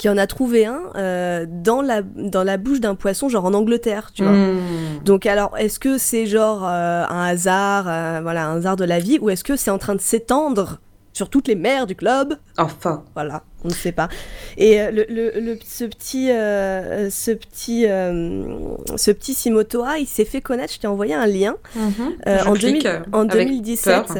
Speaker 1: qui en a trouvé un euh, dans la dans la bouche d'un poisson genre en Angleterre tu vois
Speaker 2: Hmm.
Speaker 1: donc alors est-ce que c'est genre euh, un hasard euh, voilà un hasard de la vie ou est-ce que c'est en train de s'étendre sur toutes les mers du globe
Speaker 2: Enfin.
Speaker 1: voilà, on ne sait pas. Et euh, le, le- le- ce petit, euh, euh, ce petit, euh, ce petit Simotoa, il s'est fait connaître. Je t'ai envoyé un lien
Speaker 2: Mhm.
Speaker 1: euh,
Speaker 2: Je
Speaker 1: en,
Speaker 2: clique,
Speaker 1: 2000
Speaker 2: euh,
Speaker 1: en Mm.
Speaker 2: avec
Speaker 1: 2017.
Speaker 2: peur.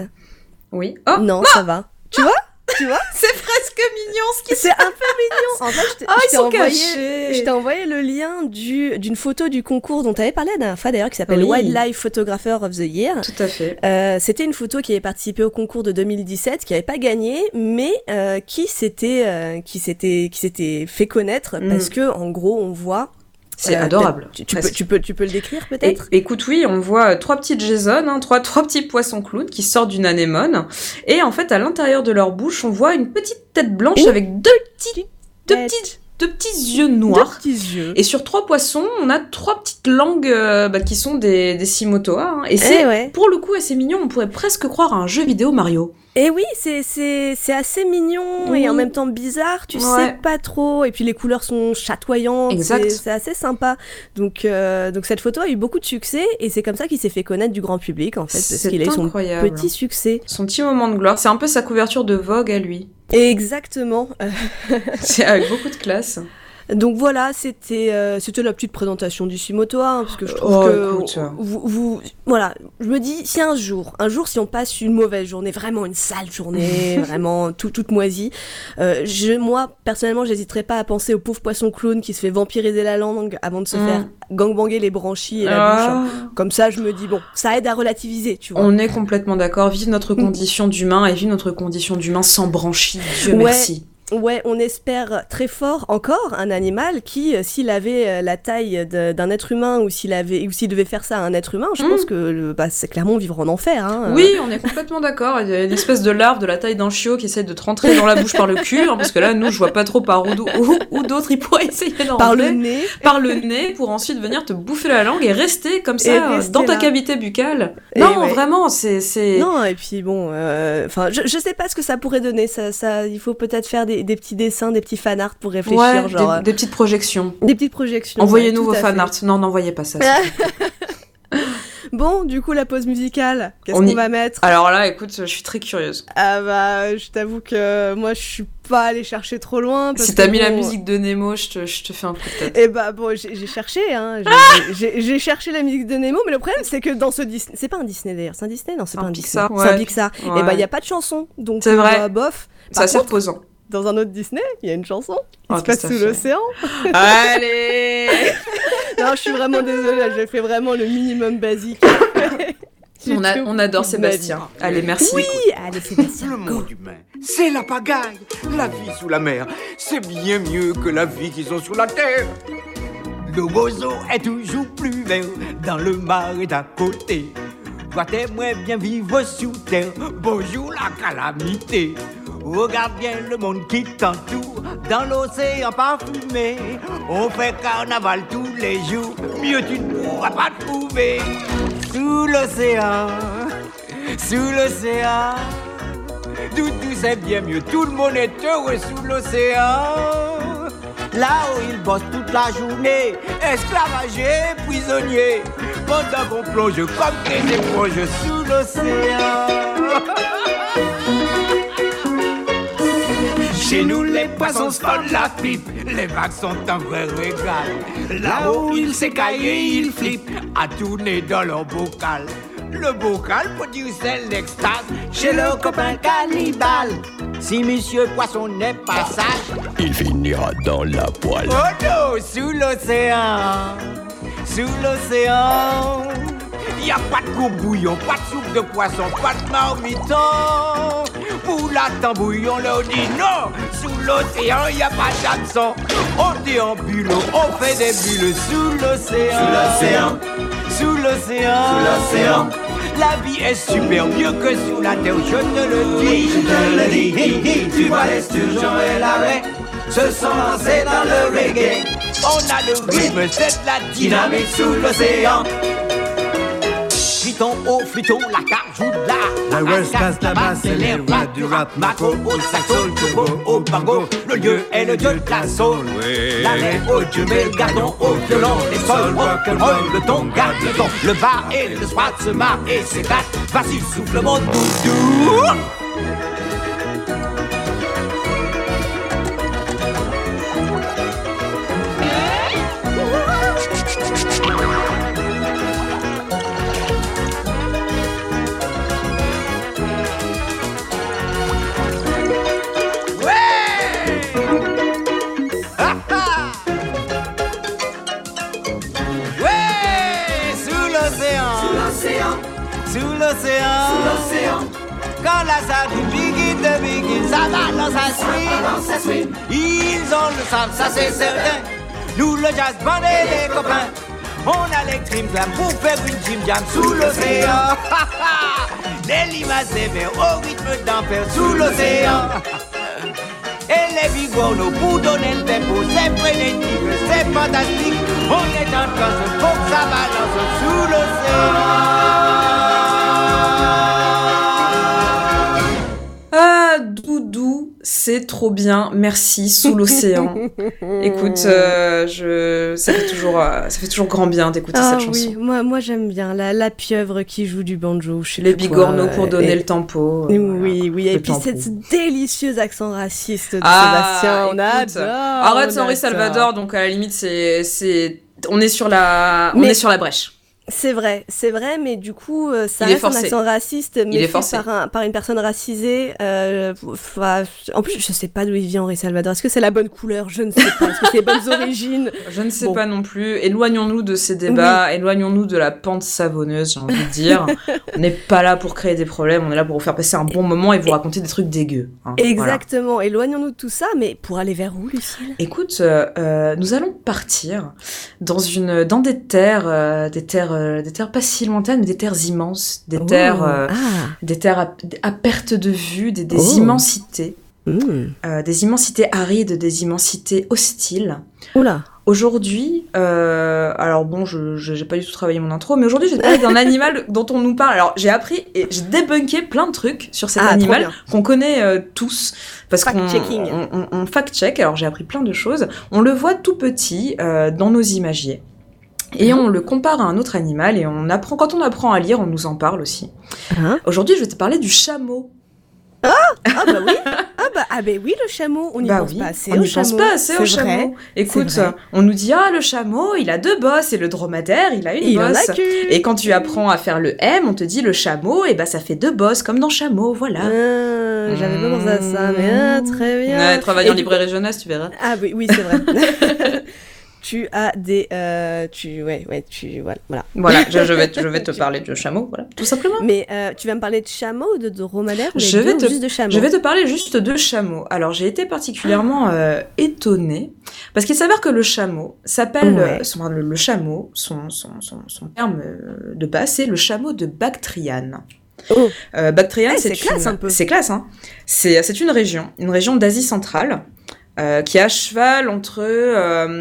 Speaker 2: Oui. Oh,
Speaker 1: non, ça va. Tu vois Tu vois
Speaker 2: c'est presque mignon ce qui
Speaker 1: C'est un peu mignon. En fait, je t'ai-
Speaker 2: Ah,
Speaker 1: je
Speaker 2: ils
Speaker 1: t'ai
Speaker 2: sont
Speaker 1: envoyé,
Speaker 2: cachés.
Speaker 1: je t'ai envoyé le lien du- d'une photo du concours dont tu avais parlé la dernière fois d'ailleurs, qui s'appelle
Speaker 2: Oui.
Speaker 1: Wildlife Photographer of the Year.
Speaker 2: Tout à fait.
Speaker 1: Euh, c'était une photo qui avait participé au concours de 2017, qui n'avait pas gagné, mais euh, qui s'était euh, qui s'était qui s'était fait connaître
Speaker 2: Mm.
Speaker 1: parce que en gros on voit.
Speaker 2: C'est
Speaker 1: euh,
Speaker 2: adorable.
Speaker 1: Tu, tu peux
Speaker 2: presque.
Speaker 1: tu peux tu peux le décrire
Speaker 2: Et-
Speaker 1: peut-être.
Speaker 2: écoute, oui, on voit euh, trois petites Jason, hein, trois, trois petits poissons clowns qui sortent d'une anémone. Et en fait, à l'intérieur de leur bouche, on voit une petite tête blanche
Speaker 1: Ouh.
Speaker 2: avec deux petits, deux
Speaker 1: Tête.
Speaker 2: petits, deux petits yeux
Speaker 1: Deux
Speaker 2: noirs.
Speaker 1: petits yeux.
Speaker 2: Et sur trois poissons, on a trois petites langues euh, bah, qui sont des, des Simotoa. hein. Et c'est,
Speaker 1: Eh ouais.
Speaker 2: pour le coup, assez mignon. On pourrait presque croire à un jeu vidéo Mario.
Speaker 1: Et oui, c'est c'est c'est assez mignon et en
Speaker 2: Oui.
Speaker 1: même temps bizarre, tu sais
Speaker 2: Mm. Ouais.
Speaker 1: pas trop. Et puis les couleurs sont chatoyantes,
Speaker 2: Exact.
Speaker 1: c'est- c'est assez sympa. Donc euh, donc cette photo a eu beaucoup de succès et c'est comme ça qu'il s'est fait connaître du grand public en fait parce
Speaker 2: c'est
Speaker 1: qu'il a eu son
Speaker 2: incroyable.
Speaker 1: petit succès.
Speaker 2: Son petit moment de gloire. C'est un peu sa couverture de Vogue à lui.
Speaker 1: Et exactement. euh,
Speaker 2: C'est avec beaucoup de classe.
Speaker 1: donc voilà, c'était euh, c'était la petite présentation du Shimotoa hein, parce que je trouve
Speaker 2: Oh,
Speaker 1: que
Speaker 2: écoute.
Speaker 1: vous, vous voilà, je me dis si un jour, un jour si on passe une mauvaise journée, vraiment une sale journée, vraiment tout, toute moisie, euh, je moi personnellement, j'hésiterais pas à penser au pauvre poisson clown qui se fait vampiriser la langue avant de se
Speaker 2: Mm.
Speaker 1: faire gangbanger les branchies et la bouche. hein.
Speaker 2: Ah.
Speaker 1: Comme ça, je me dis bon, ça aide à relativiser, tu vois.
Speaker 2: On est complètement d'accord. Vive notre condition d'humain et vive notre condition d'humain sans branchie. Dieu
Speaker 1: Ouais.
Speaker 2: merci.
Speaker 1: Ouais, on espère très fort encore un animal qui, euh, s'il avait euh, la taille de- d'un être humain ou s'il avait ou s'il devait faire ça à un être humain, je
Speaker 2: Mm.
Speaker 1: pense que le- bah, c'est clairement vivre en enfer. hein.
Speaker 2: Oui, on est complètement d'accord. Il y a une espèce de larve de la taille d'un chiot qui essaie de te rentrer dans la bouche par le cul, hein, parce que là, nous, je vois pas trop par où, d'o- où, où d'autres ils pourraient essayer d'en
Speaker 1: euh, Par le
Speaker 2: rentrer.
Speaker 1: nez.
Speaker 2: par le nez pour ensuite venir te bouffer la langue et rester comme ça
Speaker 1: Et rester
Speaker 2: dans ta
Speaker 1: là.
Speaker 2: cavité buccale.
Speaker 1: Et
Speaker 2: non,
Speaker 1: ouais.
Speaker 2: vraiment, c'est c'est
Speaker 1: Non, et puis bon, euh, enfin, je, je sais pas ce que ça pourrait donner. Ça, ça, il faut peut-être faire des, des petits dessins, des petits fanarts pour réfléchir,
Speaker 2: ouais, des-
Speaker 1: genre euh,
Speaker 2: des, petites projections.
Speaker 1: des, petites projections.
Speaker 2: Envoyez-nous vos
Speaker 1: ouais, tout à fait.
Speaker 2: fanarts. Non, n'envoyez pas ça.
Speaker 1: Bon, du coup, la pause musicale, qu'est-ce
Speaker 2: On
Speaker 1: qu'on
Speaker 2: y-
Speaker 1: va mettre
Speaker 2: Alors là, écoute, je suis très curieuse.
Speaker 1: Ah bah, je t'avoue que moi, je suis pas allée chercher trop loin. Parce
Speaker 2: Si t'as
Speaker 1: que
Speaker 2: mis la
Speaker 1: bon,
Speaker 2: musique de Nemo, je te, je te fais un coup de tête.
Speaker 1: Eh bah bon, j'ai j'ai cherché, hein. J'ai-
Speaker 2: Ah
Speaker 1: J'ai j'ai cherché la musique de Nemo, mais le problème c'est que dans ce Disney, c'est pas un Disney d'ailleurs, c'est un Disney, non, c'est
Speaker 2: Un
Speaker 1: pas un
Speaker 2: Pixar,
Speaker 1: Disney, c'est un
Speaker 2: ouais.
Speaker 1: Pixar.
Speaker 2: Ouais.
Speaker 1: Et bah il y a pas de chanson, donc
Speaker 2: C'est vrai.
Speaker 1: euh, bof.
Speaker 2: C'est
Speaker 1: Par
Speaker 2: assez
Speaker 1: contre,
Speaker 2: reposant.
Speaker 1: dans un autre Disney, il y a une chanson qui
Speaker 2: Oh,
Speaker 1: se passe
Speaker 2: tout à
Speaker 1: sous
Speaker 2: fait.
Speaker 1: l'océan.
Speaker 2: Allez
Speaker 1: Non, je suis vraiment désolée, là, j'ai fait vraiment le minimum basique. J'ai
Speaker 2: on, a-
Speaker 1: tout
Speaker 2: on adore
Speaker 1: ma vie.
Speaker 2: Sébastien. Allez, merci.
Speaker 1: Oui, allez Sébastien,
Speaker 3: Le
Speaker 1: go.
Speaker 3: monde humain, c'est la pagaille. La vie sous la mer, c'est bien mieux que la vie qu'ils ont sur la terre. Le roseau est toujours plus vert dans le marais d'à côté. Toi t'aimerais bien vivre sous terre, bonjour la calamité. Regarde bien le monde qui t'entoure, dans l'océan parfumé. On fait carnaval tous les jours, mieux tu ne pourras pas trouver. Sous l'océan, sous l'océan. Doudou, c'est bien mieux. Tout le monde est heureux sous l'océan. Là où ils bossent toute la journée, esclavagés, prisonniers. Pendant qu'on plonge comme des éponges sous l'océan. Chez nous, les poissons se fendent la pipe. Les vagues sont un vrai régal. Là-haut, ils s'écaillent et ils flippent à tourner dans leur bocal. Le bocal produisait l'extase chez le copain cannibale. Si monsieur poisson n'est pas sage,
Speaker 4: Il finira dans la poêle.
Speaker 3: oh non, sous l'océan, sous l'océan. Y a pas de gros bouillon, pas de soupe de poisson, pas de marmiton. Pour la tambouille, on leur dit non. Sous l'océan, y a pas d'hameçon. On déambule, on fait des bulles sous l'océan. Sous l'océan. Sous l'océan. Sous l'océan. La vie est super mieux que sous la terre, je te le dis. Je te le dis. Tu vois les sturgeons et la raie se sont lancés dans le reggae. On a le rythme, c'est de la dynamique sous l'océan. Triton, au fluton, la cajoula La
Speaker 5: West Coast, la basse,
Speaker 3: c'est les rois du rap Macro, au saxo, le turbo, au bango Le lieu est le dieu de la soul La mer au dieu, mais le gardon au violon Les sols, rock'n'roll, le ton, garde le ton Le bas et le soir se marrent et s'éclatent Vas-y, souffle mon doudou Ah, Ouais, sous l'océan. Sous l'océan. Quand la sardine biggie de biggie, ça balance à swing. Ils ont le sable, ça c'est certain. Nous le jazz band et les copains. On a les trim clams pour faire une gym jam sous l'océan. les limaces des mers au rythme d'enfer sous l'océan. Et les bigorneaux pour donner le tempo, c'est frénétique, c'est fantastique. On est en transe pour que ça balance sous l'océan.
Speaker 2: Ah, Doudou, c'est trop bien. Merci, sous l'océan. Écoute, euh, je... ça, fait toujours, euh, ça fait toujours grand bien d'écouter
Speaker 1: Ah
Speaker 2: cette chanson.
Speaker 1: oui, moi, moi j'aime bien la, la pieuvre qui joue du banjo, je sais
Speaker 2: Les
Speaker 1: plus quoi,
Speaker 2: bigorneaux pour
Speaker 1: euh,
Speaker 2: donner
Speaker 1: et-
Speaker 2: le tempo. euh, voilà.
Speaker 1: Oui, oui, et
Speaker 2: Le
Speaker 1: puis
Speaker 2: tempo.
Speaker 1: cette délicieuse accent raciste de
Speaker 2: Ah,
Speaker 1: Sébastien, on
Speaker 2: écoute,
Speaker 1: adore.
Speaker 2: Arrête,
Speaker 1: on
Speaker 2: c'est Henri
Speaker 1: adore.
Speaker 2: Salvador, donc à la limite, c'est, c'est, on est sur la, on
Speaker 1: Mais-
Speaker 2: est sur la brèche.
Speaker 1: C'est vrai, c'est vrai, mais du coup, euh, ça
Speaker 2: Il est
Speaker 1: reste un
Speaker 2: forcé.
Speaker 1: accent raciste, mais
Speaker 2: est
Speaker 1: fait
Speaker 2: forcé.
Speaker 1: Par, un- par une personne racisée. euh, enfin, en plus, je sais pas d'où il vient, Henri Salvador. Est-ce que c'est la bonne couleur Je ne sais pas. Est-ce que c'est les bonnes origines
Speaker 2: Je ne sais
Speaker 1: Bon.
Speaker 2: pas non plus. Éloignons-nous de ces débats, éloignons-nous de la pente savonneuse, j'ai envie de dire. on n'est pas là pour créer des problèmes, on est là pour vous faire passer un bon moment et vous raconter des trucs dégueux. hein. Voilà.
Speaker 1: Exactement. Éloignons-nous de tout ça, mais pour aller vers où, Lucille
Speaker 2: Écoute, euh, euh, nous allons partir dans une dans des terres, euh, des terres, euh, des terres pas si lointaines, mais des terres immenses, des terres,
Speaker 1: Oh,
Speaker 2: euh,
Speaker 1: Ah.
Speaker 2: des terres à, à perte de vue, des, des
Speaker 1: Oh.
Speaker 2: immensités,
Speaker 1: Mmh.
Speaker 2: euh, des immensités arides, des immensités hostiles.
Speaker 1: Oula.
Speaker 2: Aujourd'hui, euh, alors bon, je je- j'ai pas du tout travaillé mon intro, mais aujourd'hui, je vais te parler d'un animal dont on nous parle. Alors, j'ai appris et j'ai débunké plein de trucs sur cet
Speaker 1: Ah, trop
Speaker 2: animal
Speaker 1: bien.
Speaker 2: qu'on connaît euh, tous parce qu'on
Speaker 1: Fact-checking.
Speaker 2: on, on- on fact-check. Alors, j'ai appris plein de choses. On le voit tout petit euh, dans nos imagiers. Et
Speaker 1: Ah.
Speaker 2: on le compare à un autre animal et on apprend quand on apprend à lire, on nous en parle aussi.
Speaker 1: Hein
Speaker 2: Aujourd'hui, je vais te parler du chameau.
Speaker 1: Ah bah oui. Ah bah ah bah oui, le chameau. On n'y
Speaker 2: Bah
Speaker 1: pense
Speaker 2: oui,
Speaker 1: pas assez.
Speaker 2: on
Speaker 1: au
Speaker 2: n'y pense
Speaker 1: chameau.
Speaker 2: pas assez au
Speaker 1: C'est vrai.
Speaker 2: chameau. Écoute,
Speaker 1: vrai.
Speaker 2: euh, on nous dit ah le chameau, il a deux bosses et le dromadaire, il a une
Speaker 1: Il en
Speaker 2: bosse.
Speaker 1: a qu'une.
Speaker 2: Et quand tu apprends à faire le M, on te dit le chameau, et bah ça fait deux bosses, comme dans chameau, voilà.
Speaker 1: Ah, J'avais pas pensé à ça, mais
Speaker 2: Hmm.
Speaker 1: ah, très bien. Et du-
Speaker 2: jeunesse, tu verras.
Speaker 1: Ah oui, oui, c'est vrai. tu as des, euh, tu, ouais, ouais, tu, voilà. voilà.
Speaker 2: Voilà, je, je vais, te- je vais te parler de chameau, voilà, tout simplement.
Speaker 1: Mais euh, tu vas me parler de chameau ou de, de dromadaire ou les
Speaker 2: Je vais
Speaker 1: deux,
Speaker 2: te-
Speaker 1: ou juste de chameau Ah.
Speaker 2: Je vais te parler juste de chameau. Alors j'ai été particulièrement euh, étonnée, parce qu'il s'avère que le chameau s'appelle,
Speaker 1: Ouais.
Speaker 2: euh, son- le, le chameau, son, son, son, son terme euh, de base, c'est le chameau de Bactriane.
Speaker 1: Oh.
Speaker 2: Euh, Bactriane,
Speaker 1: Eh,
Speaker 2: c'est
Speaker 1: c'est classe
Speaker 2: une-
Speaker 1: un peu.
Speaker 2: C'est classe, hein. C'est c'est une région, une région d'Asie centrale. euh, qui est à cheval entre euh,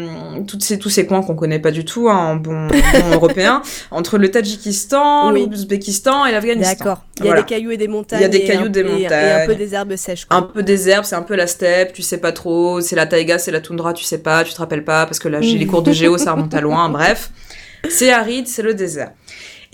Speaker 2: toutes ces, tous ces coins qu'on connaît pas du tout hein, en bon, en bon européen, entre le Tadjikistan,
Speaker 1: Oui.
Speaker 2: l'Ouzbékistan et l'Afghanistan.
Speaker 1: D'accord. Il y a
Speaker 2: Voilà.
Speaker 1: des cailloux et des montagnes.
Speaker 2: Il y a des
Speaker 1: et
Speaker 2: cailloux,
Speaker 1: un-
Speaker 2: des
Speaker 1: et- Et un
Speaker 2: montagnes.
Speaker 1: peu des herbes sèches. quoi.
Speaker 2: un peu des herbes, c'est un peu la steppe, tu sais pas trop, c'est la taïga, c'est la toundra, tu sais pas, tu te rappelles pas, parce que là, j'ai les cours de géo, ça remonte à loin, bref. C'est aride, c'est le désert.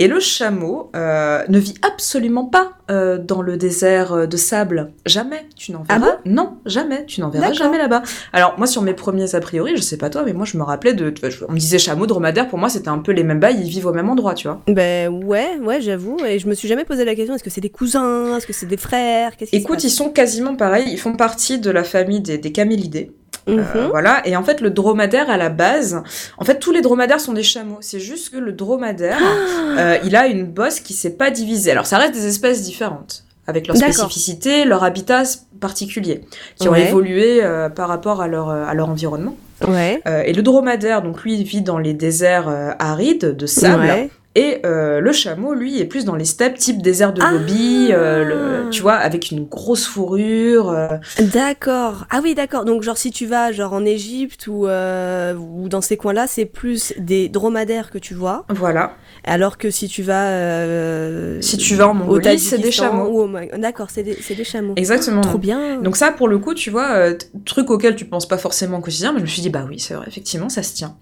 Speaker 2: Et le chameau euh, ne vit absolument pas euh, dans le désert euh, de sable. Jamais, tu n'en
Speaker 1: Ah
Speaker 2: verras. non, jamais, tu n'en verras
Speaker 1: D'accord.
Speaker 2: jamais là-bas. Alors moi, sur mes premiers a priori, je sais pas toi, mais moi je me rappelais de, tu vois, je- on me disait chameau, dromadaire, pour moi c'était un peu les mêmes bails, ils vivent au même endroit, tu vois.
Speaker 1: Ben ouais, ouais, j'avoue. Et je me suis jamais posé la question est-ce que c'est des cousins Est-ce que c'est des frères Qu'est-ce qui se
Speaker 2: Écoute,
Speaker 1: passe
Speaker 2: ils sont quasiment pareils, ils font partie de la famille des, des camélidés. Euh,
Speaker 1: Mhm.
Speaker 2: voilà. Et en fait, le dromadaire à la base, en fait, tous les dromadaires sont des chameaux. C'est juste que le dromadaire,
Speaker 1: Ah.
Speaker 2: euh, il a une bosse qui s'est pas divisée. Alors, ça reste des espèces différentes, avec leurs
Speaker 1: D'accord.
Speaker 2: spécificités, leur habitat s- particulier, qui ont
Speaker 1: Ouais.
Speaker 2: évolué euh, par rapport à leur, euh, à leur environnement.
Speaker 1: Ouais.
Speaker 2: Euh, et le dromadaire, donc lui, il vit dans les déserts euh, arides de sable.
Speaker 1: Ouais.
Speaker 2: Et euh, le chameau, lui, est plus dans les steppes type désert de
Speaker 1: Ah.
Speaker 2: Gobi, euh, le- tu vois, avec une grosse fourrure. euh,
Speaker 1: D'accord. Ah oui, d'accord. Donc genre si tu vas genre en Égypte ou euh, ou dans ces coins-là, c'est plus des dromadaires que tu vois,
Speaker 2: voilà.
Speaker 1: alors que si tu vas euh,
Speaker 2: Si tu vas en
Speaker 1: au
Speaker 2: Mongolie, c'est des
Speaker 1: Tadjikistan
Speaker 2: chameaux.
Speaker 1: ou au Ma- D'accord, c'est des c'est des chameaux.
Speaker 2: Exactement.
Speaker 1: Trop bien.
Speaker 2: Donc ça, pour le coup, tu vois, euh, t- truc auquel tu penses pas forcément au quotidien, mais je me suis dit, bah oui, c'est vrai, effectivement, ça se tient.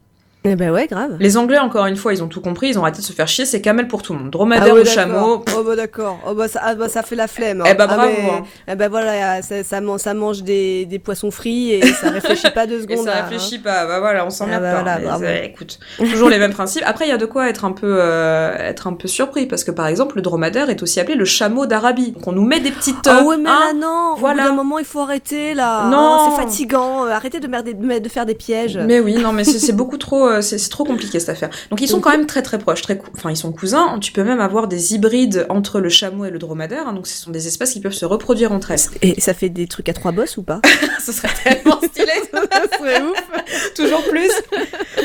Speaker 1: Eh ben ouais, grave.
Speaker 2: Les Anglais, encore une fois, ils ont tout compris, ils ont arrêté de se faire chier, c'est camel pour tout le monde. Dromadaire ou chameau, pff,
Speaker 1: Oh bah Ah d'accord. Oh bah ça, ah bah ça fait la flemme.
Speaker 2: eh bah
Speaker 1: Ah
Speaker 2: bravo.
Speaker 1: mais-
Speaker 2: hein.
Speaker 1: Eh ben voilà, ça, ça, man- ça mange des, des poissons frits et ça réfléchit pas deux
Speaker 2: Et
Speaker 1: secondes.
Speaker 2: ça
Speaker 1: à-
Speaker 2: réfléchit pas, bah voilà, on s'en
Speaker 1: Ah
Speaker 2: met
Speaker 1: bah
Speaker 2: pas.
Speaker 1: voilà,
Speaker 2: mais
Speaker 1: bravo.
Speaker 2: c'est- écoute, toujours les mêmes principes. Après, il y a de quoi être un peu, euh, être un peu surpris, parce que par exemple, le dromadaire est aussi appelé le chameau d'Arabie. Donc on nous met des petites.
Speaker 1: Ah
Speaker 2: euh,
Speaker 1: ouais, mais là,
Speaker 2: hein,
Speaker 1: non,
Speaker 2: voilà.
Speaker 1: au bout d'un moment, il faut arrêter, là.
Speaker 2: Non.
Speaker 1: Hein, c'est fatigant, euh, arrêtez de, merder- de mettre- de faire des pièges.
Speaker 2: Mais oui, non, mais c'est c'est beaucoup trop, euh, c'est c'est trop compliqué cette affaire. Donc ils sont quand même très très proches, très, cou- enfin ils sont cousins. Tu peux même avoir des hybrides entre le chameau et le dromadaire. hein, donc ce sont des espèces qui peuvent se reproduire entre elles.
Speaker 1: Et ça fait des trucs à trois bosses ou pas
Speaker 2: Ce serait tellement stylé,
Speaker 1: Ça serait ouf.
Speaker 2: toujours plus.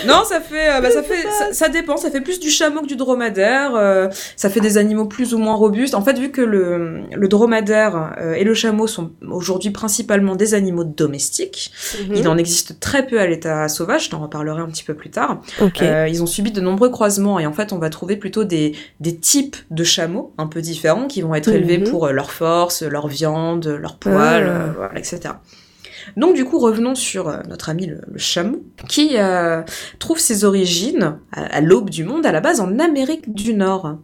Speaker 2: Non, ça fait, euh, bah, ça fait, ça, ça dépend. Ça fait plus du chameau que du dromadaire. euh, ça fait des animaux plus ou moins robustes. En fait, vu que le, le dromadaire euh, et le chameau sont aujourd'hui principalement des animaux domestiques, il en existe très peu à l'état sauvage. Je t'en reparlerai un petit peu plus tard.
Speaker 1: Ok.
Speaker 2: Euh, ils ont subi de nombreux croisements et en fait on va trouver plutôt des, des types de chameaux un peu différents qui vont être élevés
Speaker 1: Mhm.
Speaker 2: pour euh, leur force, leur viande, leur poil,
Speaker 1: Ah.
Speaker 2: euh, voilà, etc. Donc du coup revenons sur euh, notre ami le, le chameau qui euh, trouve ses origines à, à l'aube du monde à la base en Amérique du Nord.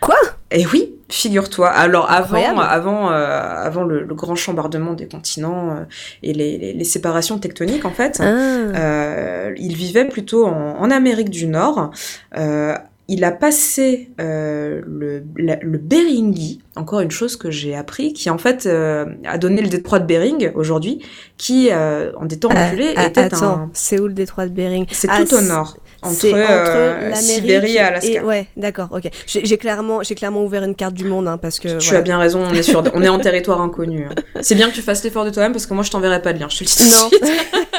Speaker 1: Quoi
Speaker 2: Eh oui, figure-toi. Alors avant,
Speaker 1: Incroyable.
Speaker 2: avant, euh, avant le, le grand chambardement des continents euh, et les, les- les séparations tectoniques en fait.
Speaker 1: Ah.
Speaker 2: Euh, il vivait plutôt en, en Amérique du Nord, euh, il a passé euh, le, la- le Beringi, encore une chose que j'ai appris, qui en fait euh, a donné le détroit de Bering aujourd'hui, qui euh, en étant reculé
Speaker 1: Ah,
Speaker 2: était
Speaker 1: attends,
Speaker 2: un...
Speaker 1: c'est où le détroit de Bering
Speaker 2: C'est
Speaker 1: Ah,
Speaker 2: tout au
Speaker 1: c'est-
Speaker 2: nord, entre,
Speaker 1: C'est
Speaker 2: euh, Sibérie et Alaska.
Speaker 1: ouais, d'accord, ok. J'ai j'ai clairement, j'ai clairement ouvert une carte du monde, hein, parce que.
Speaker 2: Tu
Speaker 1: voilà.
Speaker 2: as bien raison, on est, sur, on est en territoire inconnu. hein. C'est bien que tu fasses l'effort de toi-même parce que moi je t'enverrai pas de lien, je te le dis tout de
Speaker 1: Non.
Speaker 2: suite.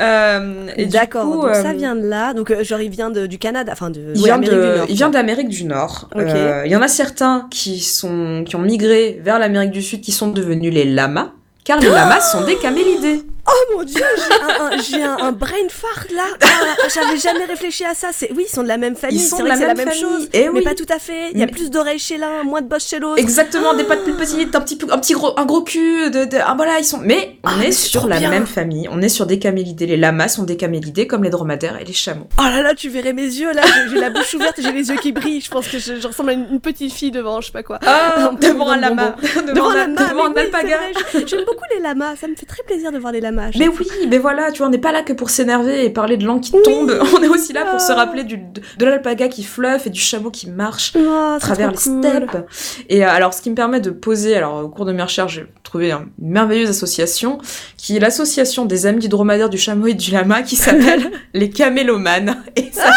Speaker 2: Euh, et du
Speaker 1: D'accord,
Speaker 2: coup,
Speaker 1: donc ça
Speaker 2: euh,
Speaker 1: vient de là. Donc, euh, genre, il vient de- du Canada, enfin, de. ouais,
Speaker 2: Il, vient
Speaker 1: Amérique du
Speaker 2: de,
Speaker 1: Nord,
Speaker 2: il vient d'Amérique du Nord.
Speaker 1: Ok.
Speaker 2: Euh, il y en a certains qui, sont, qui ont migré vers l'Amérique du Sud qui sont devenus les lamas, car les lamas sont des camélidés.
Speaker 1: Oh mon dieu, j'ai un, un- j'ai un- un brain fart là. Ah, J'avais jamais réfléchi à ça. C'est oui, ils sont de la même famille.
Speaker 2: Ils sont
Speaker 1: c'est
Speaker 2: de
Speaker 1: vrai
Speaker 2: la
Speaker 1: que c'est
Speaker 2: même,
Speaker 1: la même
Speaker 2: famille.
Speaker 1: chose,
Speaker 2: Eh
Speaker 1: mais
Speaker 2: oui.
Speaker 1: pas tout à fait. Il y a
Speaker 2: Mais-
Speaker 1: plus d'oreilles chez l'un, moins de bosse chez l'autre.
Speaker 2: Exactement, des pattes plus petites, un petit, peu- un petit gros, un gros cul, de, de- ah voilà, ils sont. Mais on
Speaker 1: Ah,
Speaker 2: est
Speaker 1: mais c'est
Speaker 2: sur
Speaker 1: trop
Speaker 2: la
Speaker 1: bien.
Speaker 2: même famille, on est sur des camélidés. Les lamas sont des camélidés comme les dromadaires et les chameaux.
Speaker 1: Oh là là, tu verrais mes yeux là. J'ai- J'ai la bouche ouverte, et j'ai les yeux qui brillent. Je pense que je, je ressemble à une, une petite fille devant, je sais pas quoi.
Speaker 2: Ah,
Speaker 1: Un peu
Speaker 2: devant
Speaker 1: dans
Speaker 2: un
Speaker 1: le
Speaker 2: lama, devant,
Speaker 1: Devant, un
Speaker 2: un,
Speaker 1: lama, mais
Speaker 2: devant un
Speaker 1: oui, c'est
Speaker 2: alpaga.
Speaker 1: vrai, je- J'aime beaucoup les lamas. Ça me fait très plaisir de voir les lamas.
Speaker 2: Mais oui, mais voilà, tu vois, on n'est pas là que pour s'énerver et parler de l'an qui tombe. On est aussi là pour
Speaker 1: Ah.
Speaker 2: se rappeler du, de l'alpaga qui fluffe et du chameau qui marche
Speaker 1: Oh,
Speaker 2: à travers les steppes. Et euh, alors, ce qui me permet de poser, alors au cours de mes recherches, j'ai trouvé hein, une merveilleuse association, qui est l'association des amis du dromadaire, du chameau et du lama, qui s'appelle les camélomanes. Et, ça-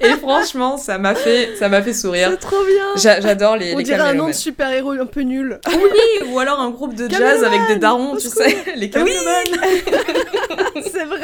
Speaker 2: et franchement, ça m'a fait, ça m'a fait sourire.
Speaker 1: C'est trop bien.
Speaker 2: J'a- J'adore les,
Speaker 1: On
Speaker 2: les
Speaker 1: dirait un nom
Speaker 2: camélomanes.
Speaker 1: de super-héros un peu nul.
Speaker 2: Oui, ou alors un groupe de jazz
Speaker 1: Camélomanes, Ah
Speaker 2: avec des darons,
Speaker 1: au
Speaker 2: tu
Speaker 1: secours.
Speaker 2: sais, les camélomanes.
Speaker 1: c'est vrai.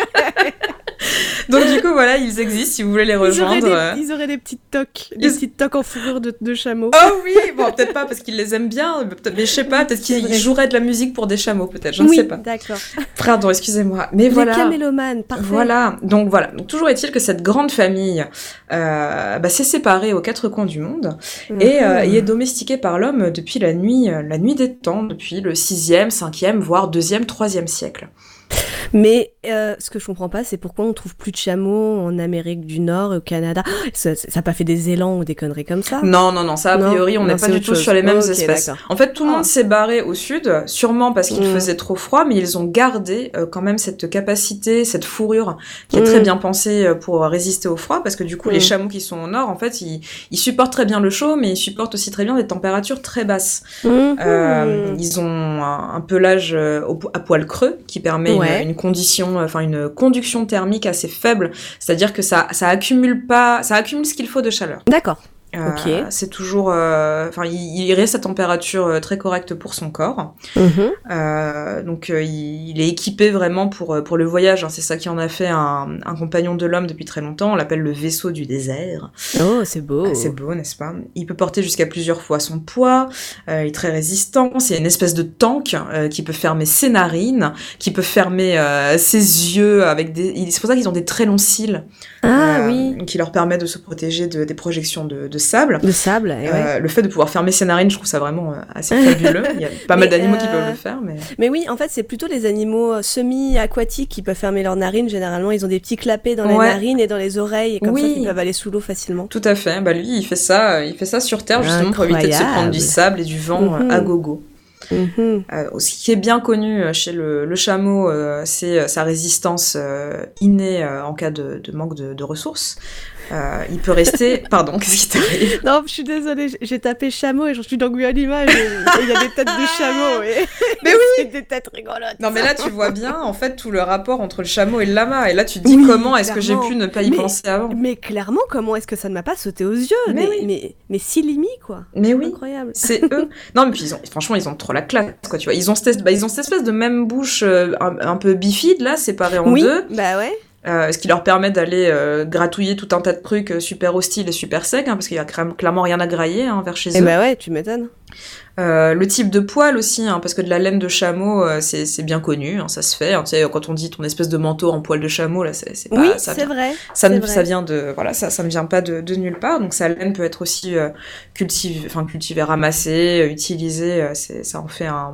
Speaker 2: Donc du coup voilà, ils existent si vous voulez les
Speaker 1: Ils auraient,
Speaker 2: rejoindre. euh.
Speaker 1: des, ils auraient des petites toques, des
Speaker 2: Ils-
Speaker 1: petites toques en fourrure de, de chameau.
Speaker 2: Oh oui, bon peut-être pas parce qu'ils les aiment bien, mais, peut-être- mais je sais pas, peut-être
Speaker 1: C'est
Speaker 2: qu'ils
Speaker 1: vrai.
Speaker 2: joueraient de la musique pour des chameaux peut-être, je ne
Speaker 1: oui,
Speaker 2: sais pas.
Speaker 1: d'accord.
Speaker 2: Pardon, excusez-moi. Mais
Speaker 1: Les
Speaker 2: voilà.
Speaker 1: camélomanes, parfait.
Speaker 2: Voilà, donc voilà. Donc toujours est-il que cette grande famille euh, bah, s'est séparée aux quatre coins du monde
Speaker 1: Mhm.
Speaker 2: et, euh, et est domestiquée par l'homme depuis la nuit, euh, la nuit des temps, depuis le 6e, 5e, voire 2e, 3e siècle.
Speaker 1: Mais euh, ce que je comprends pas, c'est pourquoi on trouve plus de chameaux en Amérique du Nord, au Canada. Ça n'a pas fait des élans ou des conneries comme ça
Speaker 2: Non, non, non, ça a
Speaker 1: Ah. Non,
Speaker 2: priori, on
Speaker 1: non,
Speaker 2: n'est
Speaker 1: c'est
Speaker 2: pas du
Speaker 1: autre
Speaker 2: tout
Speaker 1: chose.
Speaker 2: sur les mêmes
Speaker 1: Ok,
Speaker 2: espèces.
Speaker 1: d'accord.
Speaker 2: En fait, tout le
Speaker 1: Ah.
Speaker 2: monde s'est barré au sud, sûrement parce qu'il
Speaker 1: Mm.
Speaker 2: faisait trop froid, mais ils ont gardé euh, quand même cette capacité, cette fourrure qui est très
Speaker 1: Mm.
Speaker 2: bien pensée euh, pour résister au froid, parce que du coup, les
Speaker 1: Mm.
Speaker 2: chameaux qui sont au nord, en fait, ils, ils supportent très bien le chaud, mais ils supportent aussi très bien des températures très basses.
Speaker 1: Mhm.
Speaker 2: Euh, ils ont un, un pelage euh, au po- à poil creux qui permet une-
Speaker 1: Ouais.
Speaker 2: une, condition, enfin une conduction thermique assez faible, c'est-à-dire que ça, ça accumule pas, ça accumule ce qu'il faut de chaleur.
Speaker 1: D'accord.
Speaker 2: Euh,
Speaker 1: Ok.
Speaker 2: C'est toujours, euh, enfin, il, il reste à température euh, très correcte pour son corps.
Speaker 1: Mhm.
Speaker 2: Euh, donc, euh, il, il est équipé vraiment pour euh, pour le voyage. hein. C'est ça qui en a fait un, un compagnon de l'homme depuis très longtemps. On l'appelle le vaisseau du désert.
Speaker 1: Oh, c'est beau.
Speaker 2: Ah, C'est beau, n'est-ce pas Il peut porter jusqu'à plusieurs fois son poids. euh, il est très résistant. C'est une espèce de tank euh, qui peut fermer ses narines, qui peut fermer euh, ses yeux avec des. il- C'est pour ça qu'ils ont des très longs cils,
Speaker 1: Ah
Speaker 2: euh,
Speaker 1: oui.
Speaker 2: qui leur permet de se protéger de, des projections de, de sable.
Speaker 1: Le sable, eh ouais.
Speaker 2: Euh, le fait de pouvoir fermer ses narines, je trouve ça vraiment euh, assez fabuleux. Il y a pas
Speaker 1: Mais,
Speaker 2: mal d'animaux qui
Speaker 1: euh,
Speaker 2: peuvent le faire, mais
Speaker 1: Mais oui, en fait, c'est plutôt les animaux euh, semi-aquatiques qui peuvent fermer leurs narines. Généralement, ils ont des petits clapets dans les
Speaker 2: Ouais.
Speaker 1: narines et dans les oreilles, et comme ça,
Speaker 2: Oui.
Speaker 1: ils peuvent aller sous l'eau facilement.
Speaker 2: tout à fait. Bah lui, il fait ça, euh, il fait ça sur Terre justement pour éviter de se prendre du
Speaker 1: Incroyable.
Speaker 2: sable et du vent euh,
Speaker 1: Mhm.
Speaker 2: à gogo.
Speaker 1: Mhm.
Speaker 2: Euh, ce qui est bien connu euh, chez le, le chameau, euh, c'est euh, sa résistance euh, innée euh, en cas de, de manque de, de ressources. Euh, il peut rester. Pardon, qu'est-ce qui t'arrive
Speaker 1: Non, je suis désolée, j'ai- j'ai tapé chameau et j'en suis dans Google Images. et- et Il y a des têtes de chameau. Et...
Speaker 2: Mais
Speaker 1: oui Des têtes rigolotes.
Speaker 2: Non, mais là, tu vois bien en fait tout le rapport entre le chameau et le lama. Et là, tu te dis
Speaker 1: Oui,
Speaker 2: comment est-ce que j'ai
Speaker 1: clairement.
Speaker 2: pu ne pas y
Speaker 1: Mais-
Speaker 2: penser avant
Speaker 1: Mais clairement, comment est-ce que ça ne m'a pas sauté aux yeux
Speaker 2: Mais
Speaker 1: Mais,
Speaker 2: oui.
Speaker 1: mais, mais si limi, quoi.
Speaker 2: Mais oui.
Speaker 1: Incroyable.
Speaker 2: C'est eux. Non, mais puis ils ont, franchement, ils ont trop la classe, quoi, tu vois. Ils ont cette, bah, ils ont cette espèce de même bouche euh, un, un peu bifide, là, séparée en
Speaker 1: oui,
Speaker 2: deux,
Speaker 1: bah ouais.
Speaker 2: euh, ce qui leur permet d'aller euh, gratouiller tout un tas de trucs euh, super hostiles et super secs, hein, parce qu'il y a cra- clairement rien à grailler hein, vers chez
Speaker 1: Et
Speaker 2: eux.
Speaker 1: bah ouais, tu m'étonnes.
Speaker 2: Euh, le type de poil aussi, hein, parce que de la laine de chameau, euh, c'est c'est bien connu, hein, ça se fait. hein, tu sais, quand on dit ton espèce de manteau en poil de chameau, là, c'est c'est pas
Speaker 1: oui,
Speaker 2: Bah, ça.
Speaker 1: c'est
Speaker 2: vient-
Speaker 1: vrai.
Speaker 2: Ça, ne-
Speaker 1: c'est vrai.
Speaker 2: ça vient de voilà ça ça ne vient pas de, de nulle part donc sa laine peut être aussi euh, cultivée enfin cultivée ramassée euh, utilisée euh, c'est ça en fait un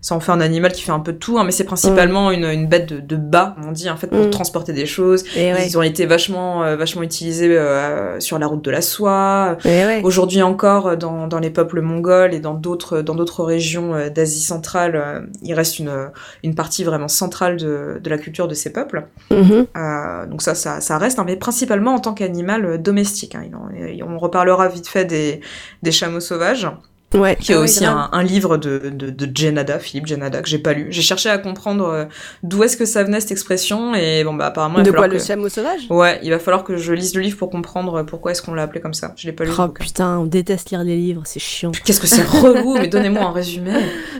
Speaker 2: ça en fait un animal qui fait un peu de tout, hein, mais c'est principalement une, une bête de, de bas, on dit, en fait, pour
Speaker 1: Mm.
Speaker 2: transporter des choses.
Speaker 1: Et ouais.
Speaker 2: Ils ont été vachement, euh, vachement utilisés euh, sur la route de la soie.
Speaker 1: Et ouais.
Speaker 2: Aujourd'hui encore, euh, dans, dans les peuples mongols et dans d'autres dans d'autres régions euh, d'Asie centrale, euh, il reste une, euh, une partie vraiment centrale de, de la culture de ces peuples.
Speaker 1: Mhm.
Speaker 2: Euh, donc ça, ça, ça reste, hein, mais principalement en tant qu'animal euh, domestique. hein. Il en- et on reparlera vite fait des, des chameaux sauvages,
Speaker 1: Ouais.
Speaker 2: qui est
Speaker 1: Ah ouais,
Speaker 2: aussi
Speaker 1: grave.
Speaker 2: un, un livre de, de, de Jenada, Philippe Jenada, que j'ai pas lu. J'ai cherché à comprendre euh, d'où est-ce que ça venait cette expression, et bon bah apparemment... il va
Speaker 1: De
Speaker 2: falloir
Speaker 1: quoi le
Speaker 2: que-
Speaker 1: chameau sauvage
Speaker 2: Ouais, il va falloir que je lise le livre pour comprendre euh, pourquoi est-ce qu'on l'a appelé comme ça. Je l'ai pas lu.
Speaker 1: Oh
Speaker 2: donc. euh,
Speaker 1: putain, on déteste lire les livres, c'est chiant.
Speaker 2: Qu'est-ce que c'est relou, mais donnez-moi un résumé.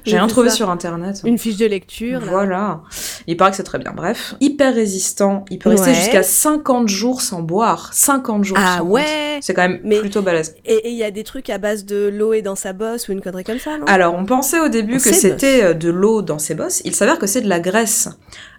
Speaker 2: J'ai
Speaker 1: Mais
Speaker 2: rien
Speaker 1: c'est
Speaker 2: trouvé
Speaker 1: ça.
Speaker 2: sur internet.
Speaker 1: Une fiche de lecture. là.
Speaker 2: Voilà. Il paraît que c'est très bien. Bref, hyper résistant. Il peut rester
Speaker 1: Ouais.
Speaker 2: jusqu'à 50 jours sans boire. 50 jours
Speaker 1: Ah
Speaker 2: sans boire.
Speaker 1: ouais
Speaker 2: C'est quand même
Speaker 1: Mais-
Speaker 2: plutôt balèze.
Speaker 1: Et et il y a des trucs à base de l'eau et dans sa bosse ou une connerie comme ça, non
Speaker 2: Alors, on pensait au début que
Speaker 1: Ses
Speaker 2: c'était euh, de l'eau dans ses bosses. Il s'avère que c'est de la graisse.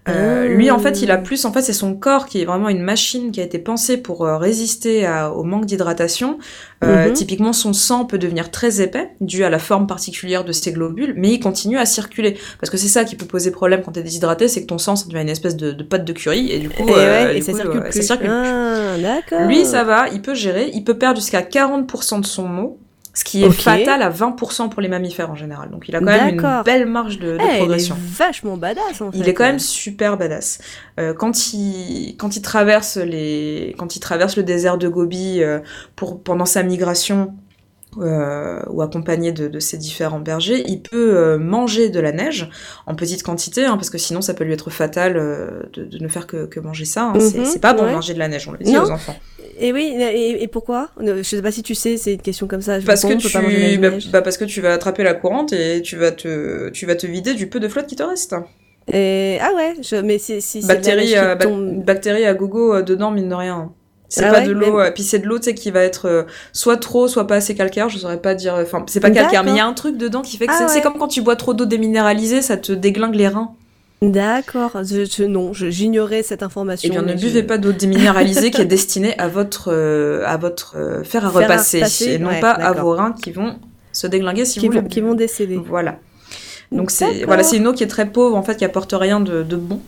Speaker 2: Euh,
Speaker 1: Oh.
Speaker 2: Lui, en fait, il a plus. En fait, c'est son corps qui est vraiment une machine qui a été pensée pour euh, résister à- au manque d'hydratation. Euh,
Speaker 1: Mhm.
Speaker 2: Typiquement, son sang peut devenir très épais dû à la forme particulière de ses globules, mais il continue à circuler parce que c'est ça qui peut poser problème quand t'es déshydraté, c'est que ton sang ça devient une espèce de, de pâte de curry et du coup,
Speaker 1: Et,
Speaker 2: euh,
Speaker 1: ouais,
Speaker 2: du
Speaker 1: et ça
Speaker 2: coup,
Speaker 1: circule
Speaker 2: euh,
Speaker 1: plus.
Speaker 2: ça circule plus.
Speaker 1: Ah, d'accord.
Speaker 2: Lui, ça va, il peut gérer, il peut perdre jusqu'à 40% de son mot, ce qui est
Speaker 1: Ok.
Speaker 2: fatal à 20% pour les mammifères en général. Donc il a quand même une
Speaker 1: D'accord.
Speaker 2: belle marge de, de
Speaker 1: Eh, il est
Speaker 2: progression.
Speaker 1: vachement badass en fait.
Speaker 2: Il est quand même super badass. Euh, quand il quand il traverse les quand il traverse le désert de Gobi euh, pour pendant sa migration euh, ou accompagné de, de ses différents bergers, il peut euh, manger de la neige en petite quantité hein, parce que sinon ça peut lui être fatal euh, de, de ne faire que, que manger ça. hein. C'est-
Speaker 1: Mhm,
Speaker 2: c'est pas bon
Speaker 1: ouais.
Speaker 2: manger de la neige, on le dit
Speaker 1: Non.
Speaker 2: aux enfants.
Speaker 1: Et oui, et, et pourquoi Je sais pas si tu sais, c'est une question comme ça. je
Speaker 2: Parce que
Speaker 1: réponds, on peut pas manger de
Speaker 2: tu
Speaker 1: la
Speaker 2: bah,
Speaker 1: neige.
Speaker 2: bah, parce que tu vas attraper la courante et tu vas te tu vas te vider du peu de flotte qui te reste.
Speaker 1: Et- Ah ouais, je- mais si, si c'est de la neige
Speaker 2: bactéries,
Speaker 1: qui
Speaker 2: euh, bac-
Speaker 1: tombe-
Speaker 2: bactéries à gogo euh, dedans, mine de rien. C'est
Speaker 1: Ah
Speaker 2: pas
Speaker 1: ouais,
Speaker 2: de l'eau, euh, puis c'est de l'eau, tu sais, qui va être euh, soit trop, soit pas assez calcaire, je saurais pas dire, euh, enfin, c'est pas calcaire,
Speaker 1: D'accord.
Speaker 2: mais il y a un truc dedans qui fait que
Speaker 1: Ah
Speaker 2: c'est c'est
Speaker 1: ouais.
Speaker 2: comme quand tu bois trop d'eau déminéralisée, ça te déglingue les reins.
Speaker 1: D'accord, je, je- non, je- j'ignorais cette information.
Speaker 2: Eh bien, ne
Speaker 1: mais je-
Speaker 2: buvez pas d'eau déminéralisée qui est destinée à votre, euh, à votre euh, fer à
Speaker 1: Fer à
Speaker 2: repasser,
Speaker 1: repasser,
Speaker 2: et non
Speaker 1: ouais,
Speaker 2: pas à
Speaker 1: d'accord.
Speaker 2: vos reins qui vont se déglinguer si
Speaker 1: qui
Speaker 2: vous le
Speaker 1: vont, qui vont décéder.
Speaker 2: Voilà. Donc c'est
Speaker 1: D'accord.
Speaker 2: voilà, c'est une eau qui est très pauvre en fait, qui apporte rien de, de bon.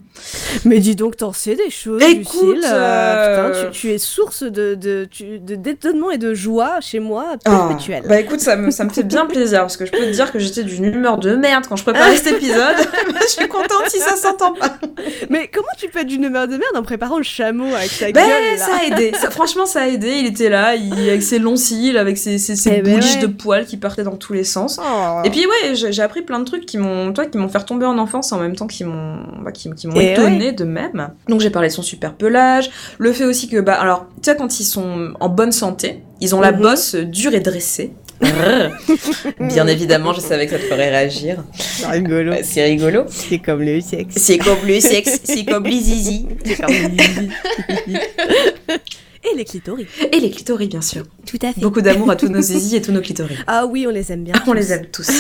Speaker 1: Mais dis donc, t'en sais des choses,
Speaker 2: Écoute,
Speaker 1: Lucille. euh,
Speaker 2: euh,
Speaker 1: putain, tu, tu es source de, de, tu- de détonnement et de joie chez moi perpétuelle.
Speaker 2: bah écoute, ça me, ça me fait bien plaisir parce que je peux te dire que j'étais d'une humeur de merde quand je préparais cet épisode. je suis contente si ça s'entend pas.
Speaker 1: Mais comment tu peux être d'une humeur de merde en préparant le chameau avec sa
Speaker 2: Ben
Speaker 1: gueule là
Speaker 2: ça a aidé. Ça- franchement, ça a aidé. Il était là, il- avec ses longs cils, avec ses, ses, ses
Speaker 1: Eh ben
Speaker 2: bouliches
Speaker 1: ouais.
Speaker 2: de poils qui partaient dans tous les sens.
Speaker 1: Oh.
Speaker 2: Et puis ouais, j'ai j'ai appris plein de trucs qui m'ont, toi, qui m'ont fait retomber en enfance en même temps qui m'ont, bah, qui, qui m'ont
Speaker 1: Eh
Speaker 2: étonné de même. Donc j'ai parlé de son super pelage, le fait aussi que bah alors tu sais quand ils sont en bonne santé, ils ont la
Speaker 1: Mhm.
Speaker 2: bosse dure et dressée. Bien évidemment, je savais que ça te ferait réagir.
Speaker 1: c'est rigolo,
Speaker 2: Ouais, bah, C'est rigolo.
Speaker 1: c'est comme le sexe.
Speaker 2: C'est comme le sexe, c'est comme les zizi.
Speaker 1: et les clitoris,
Speaker 2: Et les clitoris, bien sûr.
Speaker 1: tout à fait.
Speaker 2: Beaucoup d'amour à tous nos zizi et tous nos clitoris.
Speaker 1: Ah oui, on les aime bien.
Speaker 2: On les aime tous.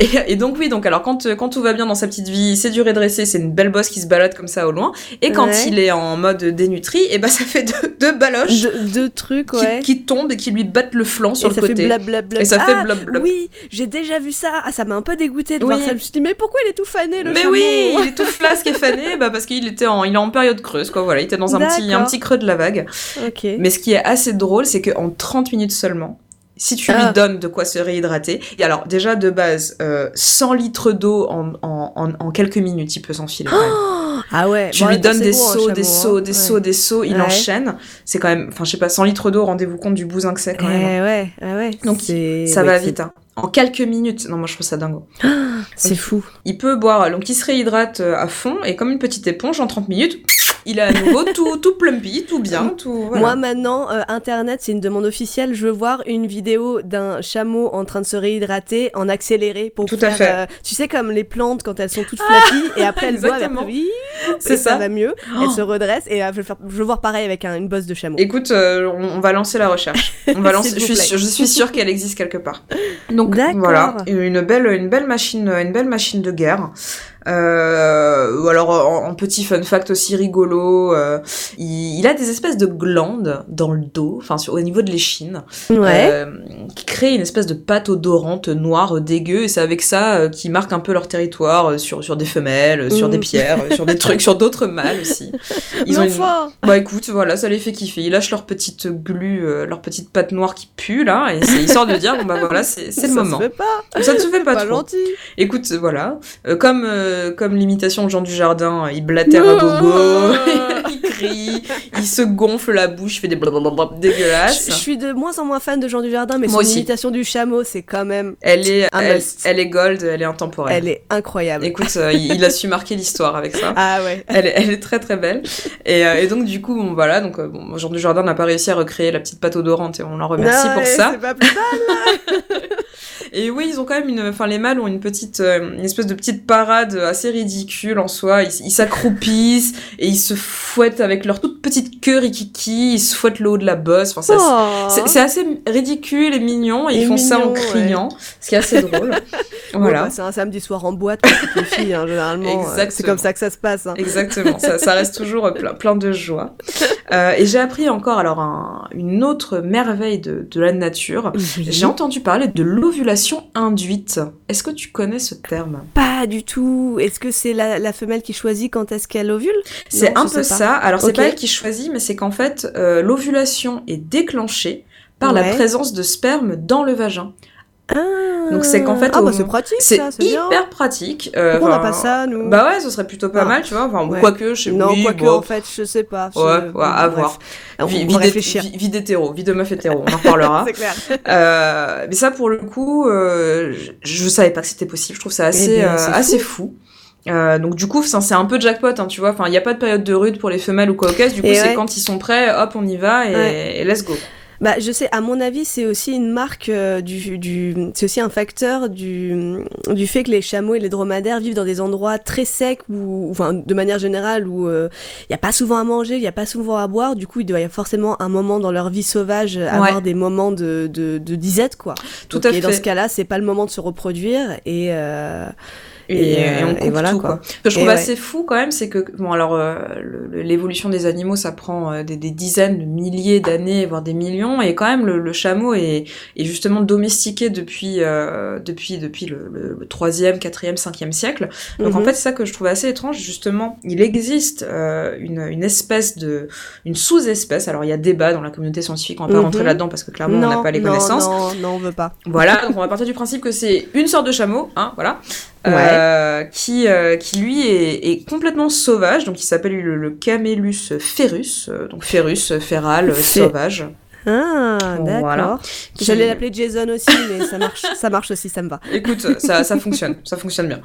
Speaker 2: et, et donc oui, donc alors quand, euh, quand tout va bien dans sa petite vie, c'est dur et dressé, c'est une belle bosse qui se balade comme ça au loin. Et quand
Speaker 1: Ouais.
Speaker 2: il est en mode dénutri, et ben ça fait deux, deux baloches
Speaker 1: Deux, deux trucs,
Speaker 2: qui,
Speaker 1: ouais.
Speaker 2: qui tombent et qui lui battent le flanc sur
Speaker 1: et
Speaker 2: le
Speaker 1: ça
Speaker 2: côté.
Speaker 1: fait blablabla.
Speaker 2: Et ça fait
Speaker 1: Ah,
Speaker 2: blablabla.
Speaker 1: Oui, j'ai déjà vu ça. Ah, ça m'a un peu dégoûté de
Speaker 2: Oui.
Speaker 1: voir ça. Je me suis dit, mais pourquoi il est tout fané le
Speaker 2: Mais
Speaker 1: chameau
Speaker 2: oui, il est tout flasque et fané, bah parce qu'il était en, il est en période creuse, quoi. Voilà, il était dans un petit, un
Speaker 1: D'accord.
Speaker 2: petit creux de la vague.
Speaker 1: Ok.
Speaker 2: Mais ce qui est assez drôle, c'est qu'en 30 minutes seulement, si tu
Speaker 1: Ah.
Speaker 2: lui donnes de quoi se réhydrater, et alors déjà de base, euh, 100 litres d'eau en, en, en, en quelques minutes, il peut s'enfiler. quand même.
Speaker 1: Oh ah ouais.
Speaker 2: Tu
Speaker 1: bon,
Speaker 2: lui
Speaker 1: attends,
Speaker 2: donnes
Speaker 1: c'est
Speaker 2: des
Speaker 1: gros, un
Speaker 2: sauts,
Speaker 1: chameau,
Speaker 2: des
Speaker 1: hein.
Speaker 2: sauts, des
Speaker 1: Ouais.
Speaker 2: sauts, des sauts, il
Speaker 1: Ouais.
Speaker 2: enchaîne. C'est quand même, enfin, je sais pas, 100 litres d'eau, rendez-vous compte du bousin que c'est
Speaker 1: Eh
Speaker 2: quand même. hein.
Speaker 1: ouais, ah ouais.
Speaker 2: Donc,
Speaker 1: c'est-
Speaker 2: Ça
Speaker 1: ouais,
Speaker 2: va
Speaker 1: c'est-
Speaker 2: vite, hein. En quelques minutes. Non, moi, je trouve ça dingo.
Speaker 1: C'est fou.
Speaker 2: Il peut boire, donc il se réhydrate euh, à fond, et comme une petite éponge, en 30 minutes, il est à nouveau tout, tout plumpy, tout bien, tout. voilà.
Speaker 1: Moi maintenant, euh, internet, c'est une demande officielle. Je veux voir une vidéo d'un chameau en train de se réhydrater en accéléré pour
Speaker 2: Tout à
Speaker 1: faire,
Speaker 2: fait. Ah,
Speaker 1: euh, tu sais comme les plantes quand elles sont toutes flappies et après elles boivent, et
Speaker 2: Exactement.
Speaker 1: après, oui,
Speaker 2: c'est
Speaker 1: et ça.
Speaker 2: ça.
Speaker 1: va mieux.
Speaker 2: Oh.
Speaker 1: Elles se redressent et euh, je, veux faire- je veux voir pareil avec un- une bosse de chameau.
Speaker 2: Écoute, euh, on, on va lancer la recherche. On va lancer.
Speaker 1: S'il vous
Speaker 2: je, suis,
Speaker 1: plaît.
Speaker 2: sûre- je suis sûre qu'elle existe quelque part. Donc
Speaker 1: D'accord.
Speaker 2: voilà, une belle, une belle machine, une belle machine de guerre. Euh, ou alors en, en petit fun fact aussi rigolo, euh, il, il a des espèces de glandes dans le dos, enfin sur- au niveau de l'échine,
Speaker 1: Ouais.
Speaker 2: euh, qui créent une espèce de pâte odorante noire euh, dégueu et c'est avec ça euh, qu'ils marquent un peu leur territoire euh, sur sur des femelles, euh, sur
Speaker 1: Mm.
Speaker 2: des pierres, euh, sur des trucs, sur d'autres mâles aussi.
Speaker 1: ils
Speaker 2: ont une-
Speaker 1: fort.
Speaker 2: bah écoute, voilà, ça les fait kiffer. Ils lâchent leur petite glu, euh, leur petite pâte noire qui pue là, et c'est histoire de dire bon bah voilà, c'est c'est le
Speaker 1: Ça se
Speaker 2: moment.
Speaker 1: fait pas.
Speaker 2: Ça ne se fait pas,
Speaker 1: Pas
Speaker 2: trop.
Speaker 1: gentil.
Speaker 2: Écoute, voilà, Euh, comme euh, comme l'imitation de Jean du Jardin, il blatère à gogo, il crie, il se gonfle la bouche, il fait des blablabla
Speaker 1: Je, je
Speaker 2: dégueulasses.
Speaker 1: suis de moins en moins fan de Jean du Jardin, mais
Speaker 2: Ah, Moi
Speaker 1: son
Speaker 2: aussi.
Speaker 1: imitation du chameau, c'est quand même,
Speaker 2: Elle est
Speaker 1: Un
Speaker 2: elle,
Speaker 1: must.
Speaker 2: elle est gold, elle est intemporelle.
Speaker 1: elle est incroyable.
Speaker 2: Écoute, euh, il il a su marquer l'histoire avec ça.
Speaker 1: Ah ouais.
Speaker 2: Elle est, elle est très très belle. Et, euh, et donc du coup, bon, voilà, donc euh, bon, Jean Dujardin n'a pas réussi à recréer la petite pâte odorante et on l'en remercie
Speaker 1: Ah
Speaker 2: pour
Speaker 1: ouais,
Speaker 2: ça.
Speaker 1: c'est pas plus mal.
Speaker 2: Et oui, ils ont quand même une, enfin les mâles ont une petite, euh, une espèce de petite parade assez ridicule en soi. Ils s- ils s'accroupissent et ils se fouettent avec leur toute petite queue rikiki. Ils se fouettent le haut de la bosse. Enfin, ça,
Speaker 1: Oh.
Speaker 2: c'est- c'est assez ridicule et mignon. Et ils
Speaker 1: Et
Speaker 2: font ça en
Speaker 1: mignon, ouais.
Speaker 2: criant, ce qui est assez drôle.
Speaker 1: Bon,
Speaker 2: voilà.
Speaker 1: bah, c'est un samedi soir en boîte pour toutes les filles, hein, généralement. euh, C'est
Speaker 2: Exactement.
Speaker 1: comme ça que ça se passe. hein.
Speaker 2: Exactement, ça, ça reste toujours euh, plein, plein de joie. Euh, et j'ai appris encore alors un- une autre merveille de, de la nature. J'ai entendu parler de l'ovulation induite. Est-ce que tu connais ce terme
Speaker 1: Pas du tout. Est-ce que c'est la, la femelle qui choisit quand est-ce qu'elle ovule
Speaker 2: C'est
Speaker 1: Non,
Speaker 2: un
Speaker 1: je
Speaker 2: peu
Speaker 1: sais pas.
Speaker 2: ça. Alors c'est
Speaker 1: Ok.
Speaker 2: pas elle qui choisit, mais c'est qu'en fait euh, l'ovulation est déclenchée par la
Speaker 1: Ouais.
Speaker 2: présence de sperme dans le vagin.
Speaker 1: Ah.
Speaker 2: Donc, c'est qu'en fait,
Speaker 1: ah
Speaker 2: au
Speaker 1: bah
Speaker 2: moment-
Speaker 1: c'est pratique
Speaker 2: C'est
Speaker 1: ça, c'est
Speaker 2: hyper
Speaker 1: bien.
Speaker 2: pratique. Euh,
Speaker 1: Pourquoi on n'a
Speaker 2: enfin,
Speaker 1: pas ça nous
Speaker 2: Bah ouais, ce serait plutôt pas
Speaker 1: Ah.
Speaker 2: mal, tu vois. Enfin,
Speaker 1: Ouais.
Speaker 2: quoique, je sais
Speaker 1: Non,
Speaker 2: oui,
Speaker 1: quoique
Speaker 2: bon,
Speaker 1: en fait, je sais pas.
Speaker 2: Ouais, ouais, à voir.
Speaker 1: On,
Speaker 2: vie,
Speaker 1: va
Speaker 2: vie d'hét-
Speaker 1: réfléchir.
Speaker 2: vie- vie d'hétéro, vie de meuf hétéro, on en reparlera.
Speaker 1: C'est clair.
Speaker 2: Euh, mais ça, pour le coup, euh, je, je savais pas que c'était possible. Je trouve ça assez,
Speaker 1: Eh bien,
Speaker 2: euh,
Speaker 1: c'est
Speaker 2: assez fou. Euh, donc du coup, ça, c'est un peu jackpot, hein, tu vois. Enfin, il n'y a pas de période de rude pour les femelles ou quoi au caisse. Du coup,
Speaker 1: Et
Speaker 2: c'est
Speaker 1: ouais.
Speaker 2: quand ils sont prêts, hop, on y va et,
Speaker 1: Ouais.
Speaker 2: et let's go.
Speaker 1: Bah, je sais, à mon avis, c'est aussi une marque euh, du, du c'est aussi un facteur du, du fait que les chameaux et les dromadaires vivent dans des endroits très secs ou, enfin, de manière générale où euh, il n'y a pas souvent à manger, il n'y a pas souvent à boire. Du coup, il doit y avoir forcément un moment dans leur vie sauvage, euh, avoir des moments de, de, de disette, quoi.
Speaker 2: Tout
Speaker 1: Donc,
Speaker 2: à
Speaker 1: et dans
Speaker 2: fait.
Speaker 1: ce cas-là, c'est pas le moment de se reproduire et, euh,
Speaker 2: Et,
Speaker 1: Et, euh,
Speaker 2: et on
Speaker 1: et
Speaker 2: coupe
Speaker 1: voilà,
Speaker 2: tout,
Speaker 1: quoi.
Speaker 2: quoi. Ce que je
Speaker 1: Et
Speaker 2: trouve
Speaker 1: ouais.
Speaker 2: assez fou quand même, c'est que bon alors euh, le- le- l'évolution des animaux, ça prend euh, des, des dizaines, de milliers d'années, voire des millions, et quand même le, le chameau est, est justement domestiqué depuis euh, depuis depuis le, le, le troisième, quatrième, cinquième siècle. Donc en
Speaker 1: Mhm.
Speaker 2: fait, c'est ça que je trouve assez étrange. Justement, il existe euh, une, une espèce de une sous-espèce. Alors il y a débat dans la communauté scientifique, on va pas
Speaker 1: Mhm.
Speaker 2: rentrer là-dedans parce que clairement on n'a pas les
Speaker 1: non,
Speaker 2: connaissances.
Speaker 1: Non, non, on veut pas.
Speaker 2: Voilà, donc on va partir du principe que c'est une sorte de chameau, hein, voilà,
Speaker 1: Ouais.
Speaker 2: euh, qui, euh, qui lui est, est complètement sauvage, donc il s'appelle le, le Camellus ferus, euh, donc ferus, euh, féral, euh,
Speaker 1: Fé-
Speaker 2: sauvage.
Speaker 1: Ah, d'accord.
Speaker 2: Voilà. qui-
Speaker 1: J'allais l'appeler Jason aussi, mais ça marche, ça marche aussi, ça me va.
Speaker 2: Écoute, ça, ça fonctionne, ça fonctionne bien.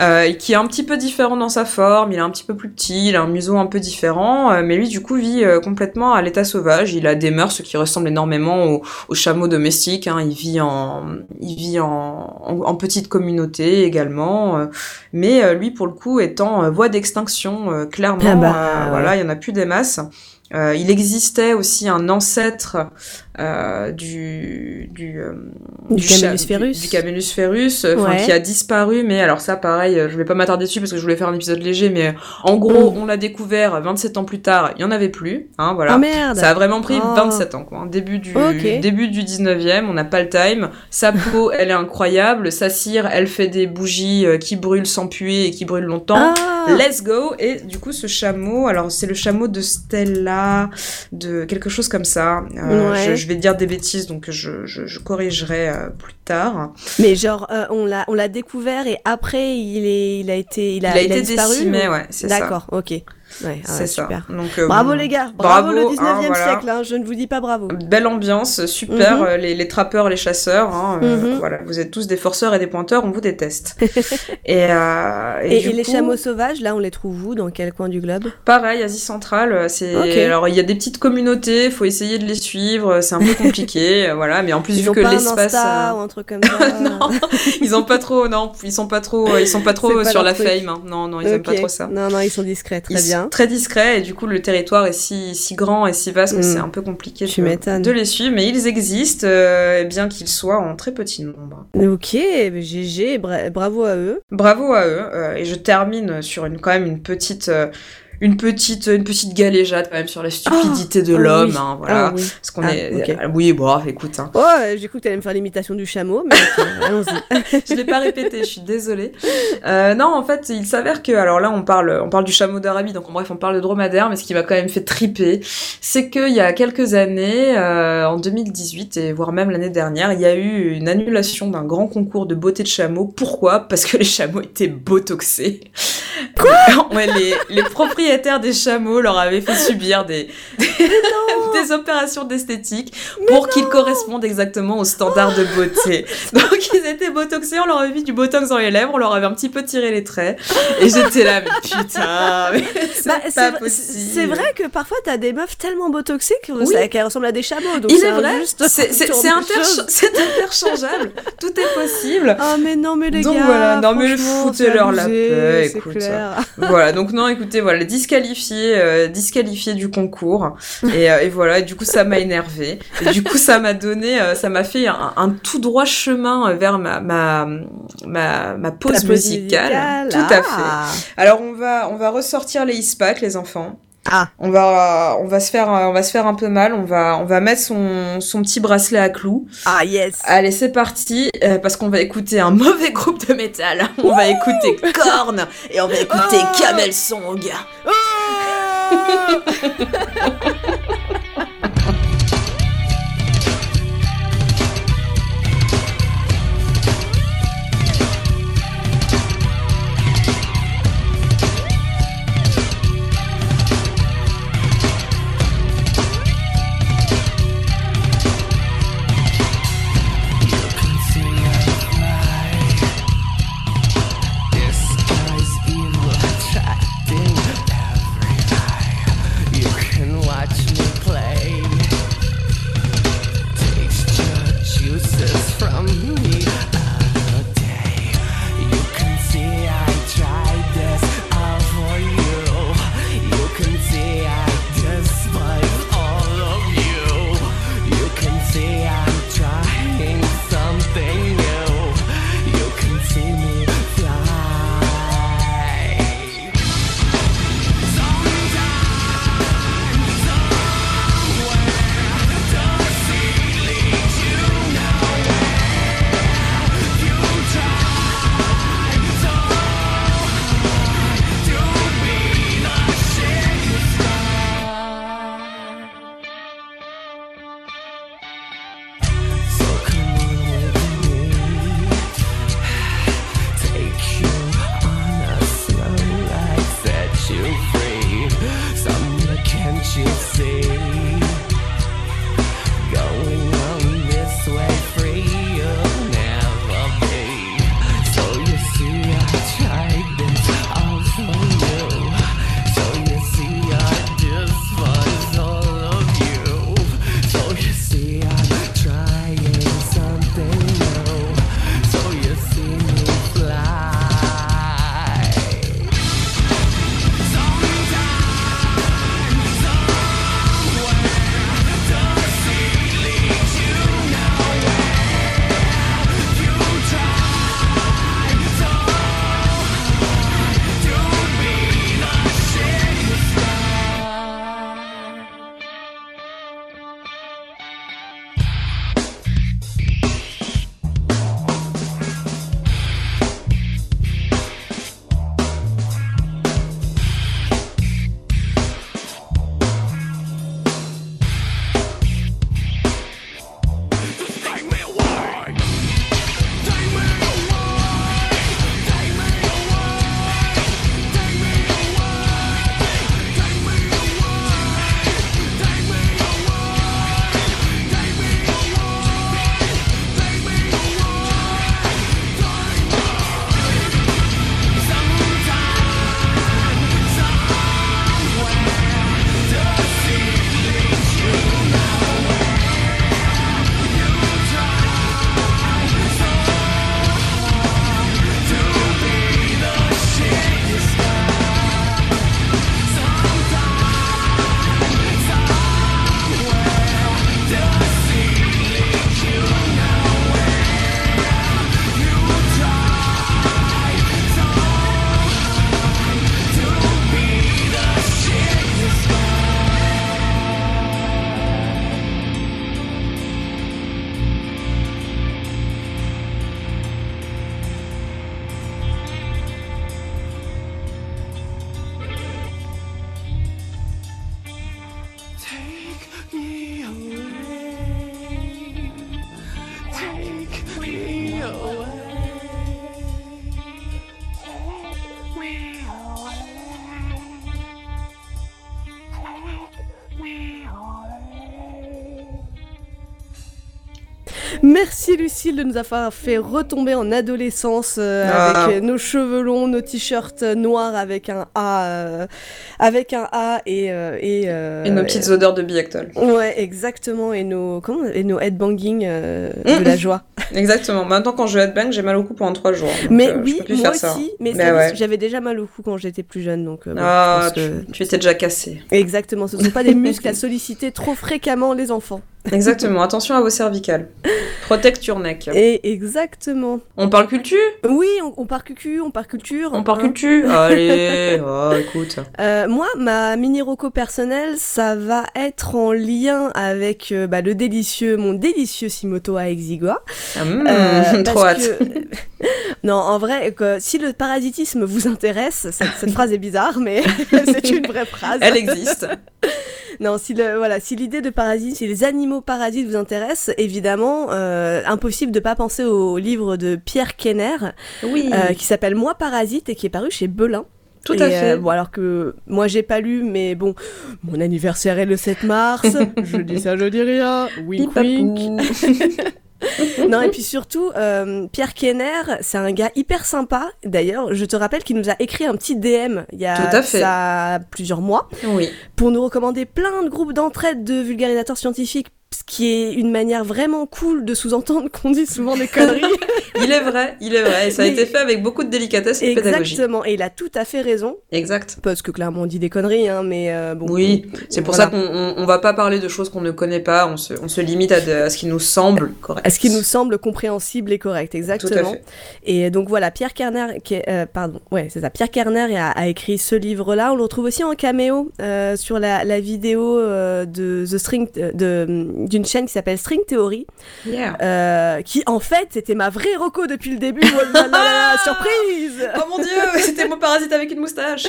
Speaker 2: Euh, et qui est un petit peu différent dans sa forme, il est un petit peu plus petit, il a un museau un peu différent, euh, mais lui du coup vit euh, complètement à l'état sauvage. Il a des mœurs qui ressemblent énormément aux, aux chameaux domestiques. hein. Il vit en, il vit en, en, en petite communauté également, euh, mais euh, lui pour le coup étant en voie d'extinction euh, clairement.
Speaker 1: Ah bah,
Speaker 2: euh,
Speaker 1: ouais.
Speaker 2: Voilà, il y en a plus des masses. Euh, il existait aussi un ancêtre euh, du du, euh,
Speaker 1: Du
Speaker 2: cha-
Speaker 1: Camellus ferus.
Speaker 2: du- du Camellus ferus, euh, enfin,
Speaker 1: Ouais.
Speaker 2: qui a disparu. Mais alors ça, pareil, euh, je vais pas m'attarder dessus parce que je voulais faire un épisode léger. Mais euh, en gros,
Speaker 1: Mm.
Speaker 2: on l'a découvert euh, 27 ans plus tard. Il y en avait plus. Hein, voilà.
Speaker 1: Oh merde
Speaker 2: ça a vraiment pris
Speaker 1: Oh.
Speaker 2: 27 ans, quoi. hein. Début du,
Speaker 1: Ok.
Speaker 2: début du 19e, on n'a pas le time. Sa peau, elle est incroyable. Sa cire, elle fait des bougies euh, qui brûlent sans puer et qui brûlent longtemps.
Speaker 1: Ah
Speaker 2: Let's go Et du coup, ce chameau, alors c'est le chameau de Stella, de quelque chose comme ça. Euh,
Speaker 1: Ouais.
Speaker 2: je, je vais dire des bêtises, donc je, je, je corrigerai euh, plus tard.
Speaker 1: Mais genre, euh, on l'a, on l'a découvert et après, il est, il a été, il a,
Speaker 2: il a été
Speaker 1: disparu,
Speaker 2: décimé,
Speaker 1: ou-
Speaker 2: ouais, c'est ça.
Speaker 1: D'accord, ok. Ouais, ouais,
Speaker 2: C'est ça.
Speaker 1: super.
Speaker 2: Donc, euh,
Speaker 1: Bravo
Speaker 2: bon,
Speaker 1: les gars, bravo,
Speaker 2: Bravo,
Speaker 1: le
Speaker 2: hein,
Speaker 1: 19 e
Speaker 2: voilà.
Speaker 1: siècle, hein, je ne vous dis pas bravo.
Speaker 2: euh, Belle ambiance, super,
Speaker 1: Mhm.
Speaker 2: euh, les, les trappeurs, les chasseurs, hein, euh,
Speaker 1: Mhm.
Speaker 2: voilà, vous êtes tous des forceurs et des pointeurs, on vous déteste. et, euh,
Speaker 1: Et,
Speaker 2: du
Speaker 1: et les
Speaker 2: coup,
Speaker 1: chameaux sauvages, là, on les trouve où Dans quel coin du globe
Speaker 2: Pareil, Asie centrale, euh, c'est
Speaker 1: Ok.
Speaker 2: alors il y a des petites communautés, faut essayer de les suivre, euh, c'est un peu compliqué, euh, voilà, mais en plus
Speaker 1: Ils
Speaker 2: vu
Speaker 1: ont
Speaker 2: que
Speaker 1: pas un
Speaker 2: l'espace, euh,
Speaker 1: Insta ou un truc comme ça
Speaker 2: non, ils ont pas trop, non, ils sont pas trop, ils sont pas trop
Speaker 1: C'est
Speaker 2: euh,
Speaker 1: pas
Speaker 2: sur
Speaker 1: leur
Speaker 2: la
Speaker 1: truc.
Speaker 2: fame, hein. non, non, ils aiment pas
Speaker 1: Ok.
Speaker 2: trop ça.
Speaker 1: Non, non, ils sont discrets, très
Speaker 2: ils
Speaker 1: bien. bien.
Speaker 2: très discret et du coup le territoire est si, si grand et si vaste que
Speaker 1: Mm.
Speaker 2: c'est un peu compliqué
Speaker 1: Tu
Speaker 2: de,
Speaker 1: m'étonnes.
Speaker 2: de les suivre, mais ils existent, euh, bien qu'ils soient en très petit nombre.
Speaker 1: Ok, mais GG, bra- bravo à eux.
Speaker 2: Bravo à eux, euh, et je termine sur une quand même une petite... euh, une petite, une petite galéjade quand même sur la stupidité de
Speaker 1: ah
Speaker 2: l'homme,
Speaker 1: oui.
Speaker 2: hein, voilà.
Speaker 1: Ah oui.
Speaker 2: Parce qu'on
Speaker 1: Ah,
Speaker 2: est,
Speaker 1: ok.
Speaker 2: ah, oui, bon, écoute, hein.
Speaker 1: Oh, euh, j'ai cru que t'allais me faire l'imitation du chameau, mais ok, allons-y.
Speaker 2: je l'ai pas répété, je suis désolée. Euh, non, en fait, il s'avère que, alors là, on parle, on parle du chameau d'Arabie, donc en bref, on parle de dromadaire, mais ce qui m'a quand même fait triper, c'est qu'il y a quelques années, euh, en 2018 et voire même l'année dernière, il y a eu une annulation d'un grand concours de beauté de chameau. Pourquoi Parce que les chameaux étaient botoxés. Quoi ouais, les, les propriétaires des chameaux leur avaient fait subir des, des opérations d'esthétique pour qu'ils correspondent exactement aux standards de beauté. Donc ils étaient botoxés, on leur avait mis du botox dans les lèvres, on leur avait un petit peu tiré les traits. Et j'étais là, mais putain, mais c'est
Speaker 1: Bah,
Speaker 2: pas
Speaker 1: vrai-
Speaker 2: possible.
Speaker 1: c'est vrai que parfois t'as des meufs tellement botoxées que
Speaker 2: Oui.
Speaker 1: ça- qu'elles ressemblent à des chameaux. Donc
Speaker 2: Il
Speaker 1: c'est
Speaker 2: est vrai,
Speaker 1: injuste.
Speaker 2: c'est c'est-
Speaker 1: Sur
Speaker 2: c'est
Speaker 1: des
Speaker 2: intercha-
Speaker 1: choses.
Speaker 2: c'est interchangeable, tout est possible.
Speaker 1: Ah mais non mais les
Speaker 2: Donc
Speaker 1: gars.
Speaker 2: voilà, non, mais
Speaker 1: franchement,
Speaker 2: foutez-leur
Speaker 1: c'est
Speaker 2: la
Speaker 1: abusé,
Speaker 2: paix,
Speaker 1: c'est
Speaker 2: euh, écoute.
Speaker 1: clair.
Speaker 2: Voilà, donc non, écoutez, voilà, disqualifié, euh, disqualifié du concours. Et, euh, et voilà, et du coup, ça m'a énervé. Et du coup, ça m'a donné, euh, ça m'a fait un, un tout droit chemin euh, vers ma, ma, ma, ma pause
Speaker 1: La pause
Speaker 2: musicale.
Speaker 1: musicale,
Speaker 2: Tout à fait.
Speaker 1: ah.
Speaker 2: Alors on va on va ressortir les ISPAC les enfants.
Speaker 1: Ah.
Speaker 2: On va on va se faire euh, on va se faire un peu mal, on va on va mettre son son petit bracelet à clous.
Speaker 1: Ah yes.
Speaker 2: Allez, c'est parti euh, parce qu'on va écouter un mauvais groupe de métal. On va écouter Korn et on va écouter
Speaker 1: Oh
Speaker 2: Kamel Song.
Speaker 3: From me another day, you can see I tried this all for you. You can see I despise all of you. You can see I'm trying something new. You can see me fly. So come on with me, take you on a slow ride, set you free. Summer, can't you see? Going on this way, free you'll never be. So you see, I tried this all for you. So you see, I despise all of you. So you see, I'm trying something new. So you see me fly. Sometimes,
Speaker 1: Merci Lucille de nous avoir fait retomber en adolescence euh,
Speaker 2: Ah.
Speaker 1: avec euh, nos cheveux longs, nos t-shirts euh, noirs avec un A, euh, avec un A et euh, et, euh,
Speaker 2: Et nos petites odeurs de Biactol.
Speaker 1: Ouais, exactement et nos comment et nos headbanging euh,
Speaker 2: Mm.
Speaker 1: de la joie.
Speaker 2: Exactement. Maintenant, quand je headbang, j'ai mal au cou pendant 3 jours. Donc,
Speaker 1: Mais
Speaker 2: euh, je
Speaker 1: oui,
Speaker 2: peux plus
Speaker 1: moi
Speaker 2: faire ça.
Speaker 1: aussi, mais,
Speaker 2: Mais
Speaker 1: ça,
Speaker 2: ouais.
Speaker 1: j'avais déjà mal au cou quand j'étais plus jeune donc euh, bon, je
Speaker 2: Ah,
Speaker 1: pense
Speaker 2: tu,
Speaker 1: que-
Speaker 2: tu étais déjà cassé.
Speaker 1: exactement, ce ne sont pas des muscles à solliciter trop fréquemment les enfants.
Speaker 2: Exactement. Attention à vos cervicales. Protect your neck.
Speaker 1: Et exactement.
Speaker 2: On parle culture
Speaker 1: Oui, on, on part cucu, on part culture.
Speaker 2: On parle
Speaker 1: hein.
Speaker 2: culture Allez, oh, écoute.
Speaker 1: Euh, moi, ma mini roco personnelle, ça va être en lien avec euh, bah, le délicieux, mon délicieux Simoto à Exigua.
Speaker 2: Ah, mm,
Speaker 1: Euh,
Speaker 2: trop hâte.
Speaker 1: parce que- non, en vrai, que, si le parasitisme vous intéresse, cette, cette phrase est bizarre, mais c'est une vraie phrase.
Speaker 2: Elle existe.
Speaker 1: Non, si le, voilà, si l'idée de parasite, si les animaux parasites vous intéressent, évidemment, euh, impossible de pas penser au livre de Pierre Kenner
Speaker 2: Oui,
Speaker 1: euh, qui s'appelle Moi parasite et qui est paru chez Belin.
Speaker 2: tout
Speaker 1: Et,
Speaker 2: à fait.
Speaker 1: euh, bon, alors que moi, j'ai pas lu, mais bon, mon anniversaire est le 7 mars. je dis ça, je dis rien. Wink, wink. Non, et puis surtout, euh, Pierre Kenner, c'est un gars hyper sympa. D'ailleurs, je te rappelle qu'il nous a écrit un petit DM il y a
Speaker 2: Tout à fait.
Speaker 1: ça, plusieurs mois
Speaker 2: Oui,
Speaker 1: pour nous recommander plein de groupes d'entraide de vulgarisateurs scientifiques, ce qui est une manière vraiment cool de sous-entendre qu'on dit souvent des conneries.
Speaker 2: il est vrai, il est vrai. Et ça a
Speaker 1: Mais-
Speaker 2: été fait avec beaucoup de délicatesse et de pédagogie.
Speaker 1: Exactement, et il a tout à fait raison,
Speaker 2: Exact.
Speaker 1: parce que clairement on dit des conneries, hein, mais euh, bon.
Speaker 2: Oui, c'est pour
Speaker 1: Voilà.
Speaker 2: ça qu'on on, on va pas parler de choses qu'on ne connaît pas. On se, on se limite à, de- à ce qui nous semble correct.
Speaker 1: À ce qui nous semble compréhensible et correct,
Speaker 2: Tout à
Speaker 1: exactement.
Speaker 2: fait.
Speaker 1: Et donc voilà, Pierre Kerner, qui est- euh, pardon, ouais, c'est ça, Pierre Kerner a, a écrit ce livre-là. On le retrouve aussi en caméo euh, sur la, la vidéo euh, de The String, euh, de mm, d'une chaîne qui s'appelle String Theory,
Speaker 2: Yeah.
Speaker 1: Euh, qui en fait c'était ma vraie roco depuis le début. Oh là là là là, surprise
Speaker 2: Oh mon dieu, c'était mon parasite avec une moustache.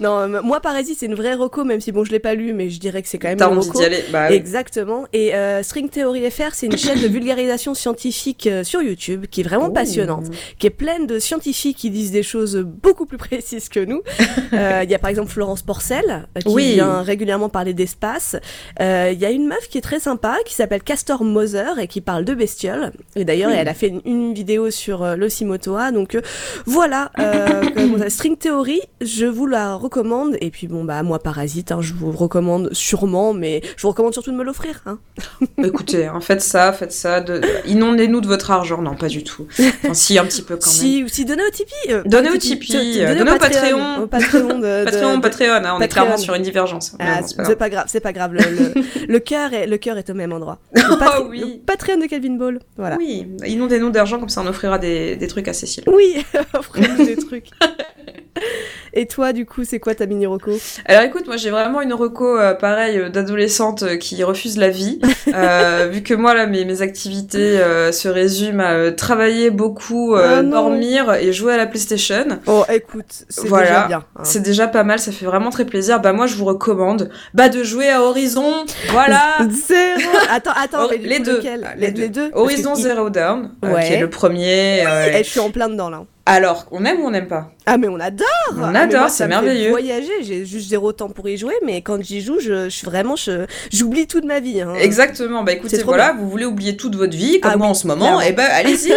Speaker 1: Non, euh, moi Parasite c'est une vraie roco, même si bon je l'ai pas lu, mais je dirais que c'est quand même
Speaker 2: T'as
Speaker 1: une
Speaker 2: envie
Speaker 1: roco.
Speaker 2: d'y aller Bah oui.
Speaker 1: Exactement. Et euh, String Theory FR, c'est une chaîne de vulgarisation scientifique euh, sur YouTube qui est vraiment
Speaker 2: Ouh.
Speaker 1: passionnante, qui est pleine de scientifiques qui disent des choses beaucoup plus précises que nous. Euh, Il y a par exemple Florence Porcel euh, qui
Speaker 2: Oui.
Speaker 1: vient régulièrement parler d'espace. Euh, Il y a une meuf qui est très sympa qui s'appelle Castor Moser et qui parle de bestioles. Et d'ailleurs, elle a fait une, une vidéo sur euh, le Simotoa. Donc euh, voilà, euh, comment ça- String Theory, je vous la recommande. Et puis bon, bah moi, Parasite, hein, je vous recommande sûrement, mais je vous recommande surtout de me l'offrir. Hein.
Speaker 2: Écoutez, hein, faites ça, faites ça. De... Inondez-nous de votre argent. Non, pas du tout. Enfin, si, un petit peu quand même.
Speaker 1: Si, si donnez au Tipeee. euh,
Speaker 2: Donnez au
Speaker 1: te-
Speaker 2: Tipeee,
Speaker 1: te-
Speaker 2: euh, donnez au Patreon.
Speaker 1: Au Patreon, euh, de- de-
Speaker 2: Patreon,
Speaker 1: de-
Speaker 2: Patreon, hein, on est
Speaker 1: Patreon.
Speaker 2: clairement sur une divergence.
Speaker 1: Ah,
Speaker 2: Non, non, c'est pas
Speaker 1: c'est pas grave, c'est pas grave. Le, le, le cœur est le cœur est au même endroit. Le, Patre-
Speaker 2: Ah oui.
Speaker 1: le Patreon de Calvin Ball, voilà.
Speaker 2: Oui, inondez-nous d'argent, comme ça on offrira des, des trucs à Cécile.
Speaker 1: Oui, offrez-nous des trucs. Et toi, du coup, c'est quoi ta mini roco
Speaker 2: Alors écoute, moi j'ai vraiment une reco euh, pareil euh, d'adolescente euh, qui refuse la vie. Euh, vu que moi là, mes, mes activités euh, se résument à euh, travailler beaucoup, euh,
Speaker 1: Ah non.
Speaker 2: dormir et jouer à la PlayStation.
Speaker 1: Oh, écoute, c'est
Speaker 2: Voilà.
Speaker 1: déjà bien. hein.
Speaker 2: C'est déjà pas mal, ça fait vraiment très plaisir. Bah moi je vous recommande bah de jouer à Horizon. Voilà. Oh,
Speaker 1: Zéro. Attends, attends, mais du
Speaker 2: les,
Speaker 1: coup,
Speaker 2: deux.
Speaker 1: lequel
Speaker 2: Ah,
Speaker 1: les, deux. Parce
Speaker 2: Horizon
Speaker 1: que-
Speaker 2: Zero Dawn, euh,
Speaker 1: Ouais.
Speaker 2: qui est le premier. euh,
Speaker 1: Eh, je suis en plein dedans là.
Speaker 2: Alors, on aime ou on n'aime pas
Speaker 1: Ah mais on adore.
Speaker 2: On
Speaker 1: Ah, mais
Speaker 2: adore,
Speaker 1: moi,
Speaker 2: c'est
Speaker 1: ça me fait
Speaker 2: merveilleux.
Speaker 1: Voyager, j'ai juste zéro temps pour y jouer, mais quand j'y joue, je, je suis vraiment, je- j'oublie toute ma vie. hein.
Speaker 2: Exactement. Bah écoutez,
Speaker 1: C'est trop
Speaker 2: voilà, vous voulez oublier toute votre vie, comme
Speaker 1: Ah
Speaker 2: moi
Speaker 1: oui,
Speaker 2: en ce moment,
Speaker 1: clairement.
Speaker 2: et ben allez-y.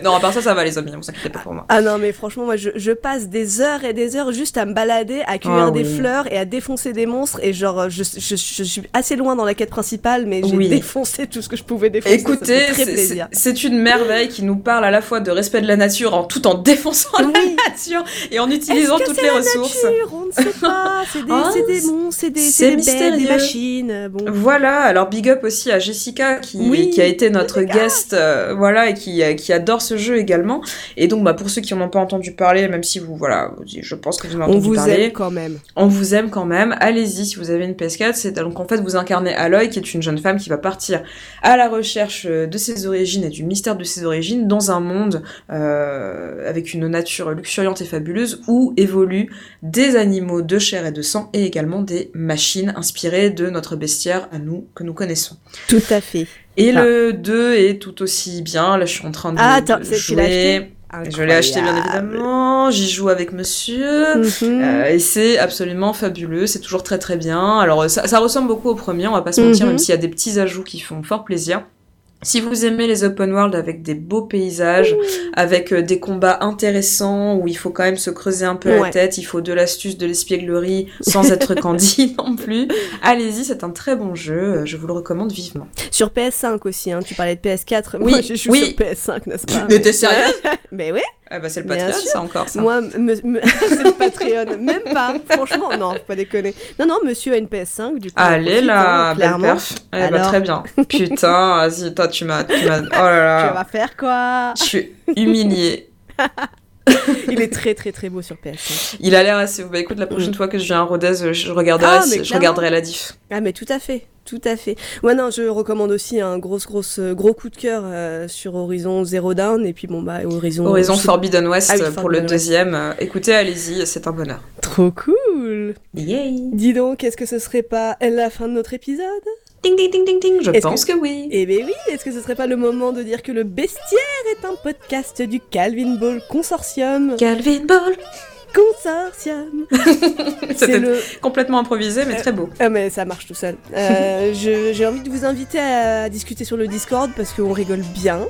Speaker 2: non, à part ça, ça va les amis, hein, vous inquiétez pas pour moi.
Speaker 1: Ah non, mais franchement, moi, je, je passe des heures et des heures juste à me balader, à cueillir
Speaker 2: Ah
Speaker 1: des
Speaker 2: oui.
Speaker 1: fleurs et à défoncer des monstres. Et genre, je, je, je- je suis assez loin dans la quête principale, mais j'ai
Speaker 2: Oui.
Speaker 1: défoncé tout ce que je pouvais défoncer. ça
Speaker 2: Écoutez,
Speaker 1: fait très
Speaker 2: c'est- c'est
Speaker 1: plaisir.
Speaker 2: c'est une merveille qui nous parle à la fois de respect de la nature en tout en défonçant
Speaker 1: Oui.
Speaker 2: la nature et en utilisant
Speaker 1: Est-ce que
Speaker 2: toutes
Speaker 1: c'est
Speaker 2: les
Speaker 1: Oh, la
Speaker 2: ressources.
Speaker 1: nature On ne sait pas. C'est des,
Speaker 2: Ah,
Speaker 1: c'est des monstres, c'est des,
Speaker 2: c'est
Speaker 1: c'est des bêtes, des
Speaker 2: mystérieux.
Speaker 1: machines. euh, Bon.
Speaker 2: Voilà, alors big up aussi à Jessica qui,
Speaker 1: Oui,
Speaker 2: qui a été notre guest, euh, voilà, et qui, euh, qui adore ce jeu également. Et donc, bah, pour ceux qui n'en ont pas entendu parler, même si vous, voilà, je pense que vous en avez
Speaker 1: On
Speaker 2: entendu
Speaker 1: vous
Speaker 2: parler.
Speaker 1: aime quand même.
Speaker 2: On vous aime quand même, allez-y si vous avez une PS4. C'est donc en fait vous incarnez Aloy qui est une jeune femme qui va partir à la recherche euh, de ses origines et du mystère de ses origines dans un monde euh, avec une nature luxuriante et fabuleuse où évoluent des animaux de chair et de sang et également des machines inspirées de notre bestiaire à nous que nous connaissons.
Speaker 1: Tout à fait.
Speaker 2: Et
Speaker 1: Ah.
Speaker 2: le 2 est tout aussi bien. Là je suis en train de,
Speaker 1: Ah, attends,
Speaker 2: de
Speaker 1: c'est- tu l'as
Speaker 2: jouer. Je l'ai acheté bien évidemment, j'y joue avec monsieur.
Speaker 1: Mhm.
Speaker 2: Euh, et c'est absolument fabuleux, c'est toujours très très bien. Alors ça, ça ressemble beaucoup au premier, on va pas se mentir,
Speaker 1: Mhm.
Speaker 2: même s'il y a des petits ajouts qui font fort plaisir. Si vous aimez les open world avec des beaux paysages,
Speaker 1: Mm.
Speaker 2: avec euh, des combats intéressants où il faut quand même se creuser un peu la
Speaker 1: Ouais.
Speaker 2: tête, il faut de l'astuce, de l'espièglerie, sans être candide non plus, allez-y, c'est un très bon jeu, euh, je vous le recommande vivement.
Speaker 1: Sur PS5 aussi, hein, tu parlais de PS4.
Speaker 2: Oui,
Speaker 1: Moi, je joue
Speaker 2: oui.
Speaker 1: sur PS5, n'est-ce pas
Speaker 2: Mais t'es sérieuse
Speaker 1: Mais ouais,
Speaker 2: Ah bah c'est le
Speaker 1: Bien
Speaker 2: Patreon
Speaker 1: sûr.
Speaker 2: ça encore ça.
Speaker 1: moi, me- me- c'est le Patreon. Même pas, franchement, non, faut pas déconner. Non, non, monsieur a une PS5, du coup. on
Speaker 2: Allez
Speaker 1: profite,
Speaker 2: là,
Speaker 1: hein,
Speaker 2: belle
Speaker 1: clairement.
Speaker 2: perf. Eh bah,
Speaker 1: Alors
Speaker 2: très bien. Putain, vas-y, toi tu m'as, tu m'as- oh là là.
Speaker 1: Tu vas faire quoi
Speaker 2: Je suis humiliée.
Speaker 1: Il est très très très beau sur PS5.
Speaker 2: Il a l'air assez. Bah écoute, la prochaine fois que je viens à Rodez, euh, je regarderai,
Speaker 1: Mm. Ah,
Speaker 2: si-
Speaker 1: mais
Speaker 2: je
Speaker 1: clairement.
Speaker 2: regarderai la diff.
Speaker 1: Ah mais tout à fait, tout à fait. Ouais non, je recommande aussi un gros gros gros coup de cœur euh, sur Horizon Zero Dawn et puis bon bah Horizon
Speaker 2: Horizon
Speaker 1: c'est
Speaker 2: Forbidden West
Speaker 1: Ah oui,
Speaker 2: euh, pour le
Speaker 1: Forbidden West.
Speaker 2: deuxième. Euh, Écoutez, allez-y, c'est un bonheur.
Speaker 1: trop cool.
Speaker 2: Yay!
Speaker 1: Dis donc, est-ce que ce serait pas la fin de notre épisode
Speaker 2: Ding ding ding ding ding, je
Speaker 1: Est-ce
Speaker 2: pense que, oui.
Speaker 1: Eh ben oui, est-ce que ce serait pas le moment de dire que le Bestiaire est un podcast du Calvin Ball Consortium
Speaker 2: Calvin Ball!
Speaker 1: Consortium. C'est
Speaker 2: C'était
Speaker 1: le
Speaker 2: complètement improvisé, mais très beau.
Speaker 1: Ah mais ça marche tout seul. Euh, je- J'ai envie de vous inviter à discuter sur le Discord parce qu'on rigole bien.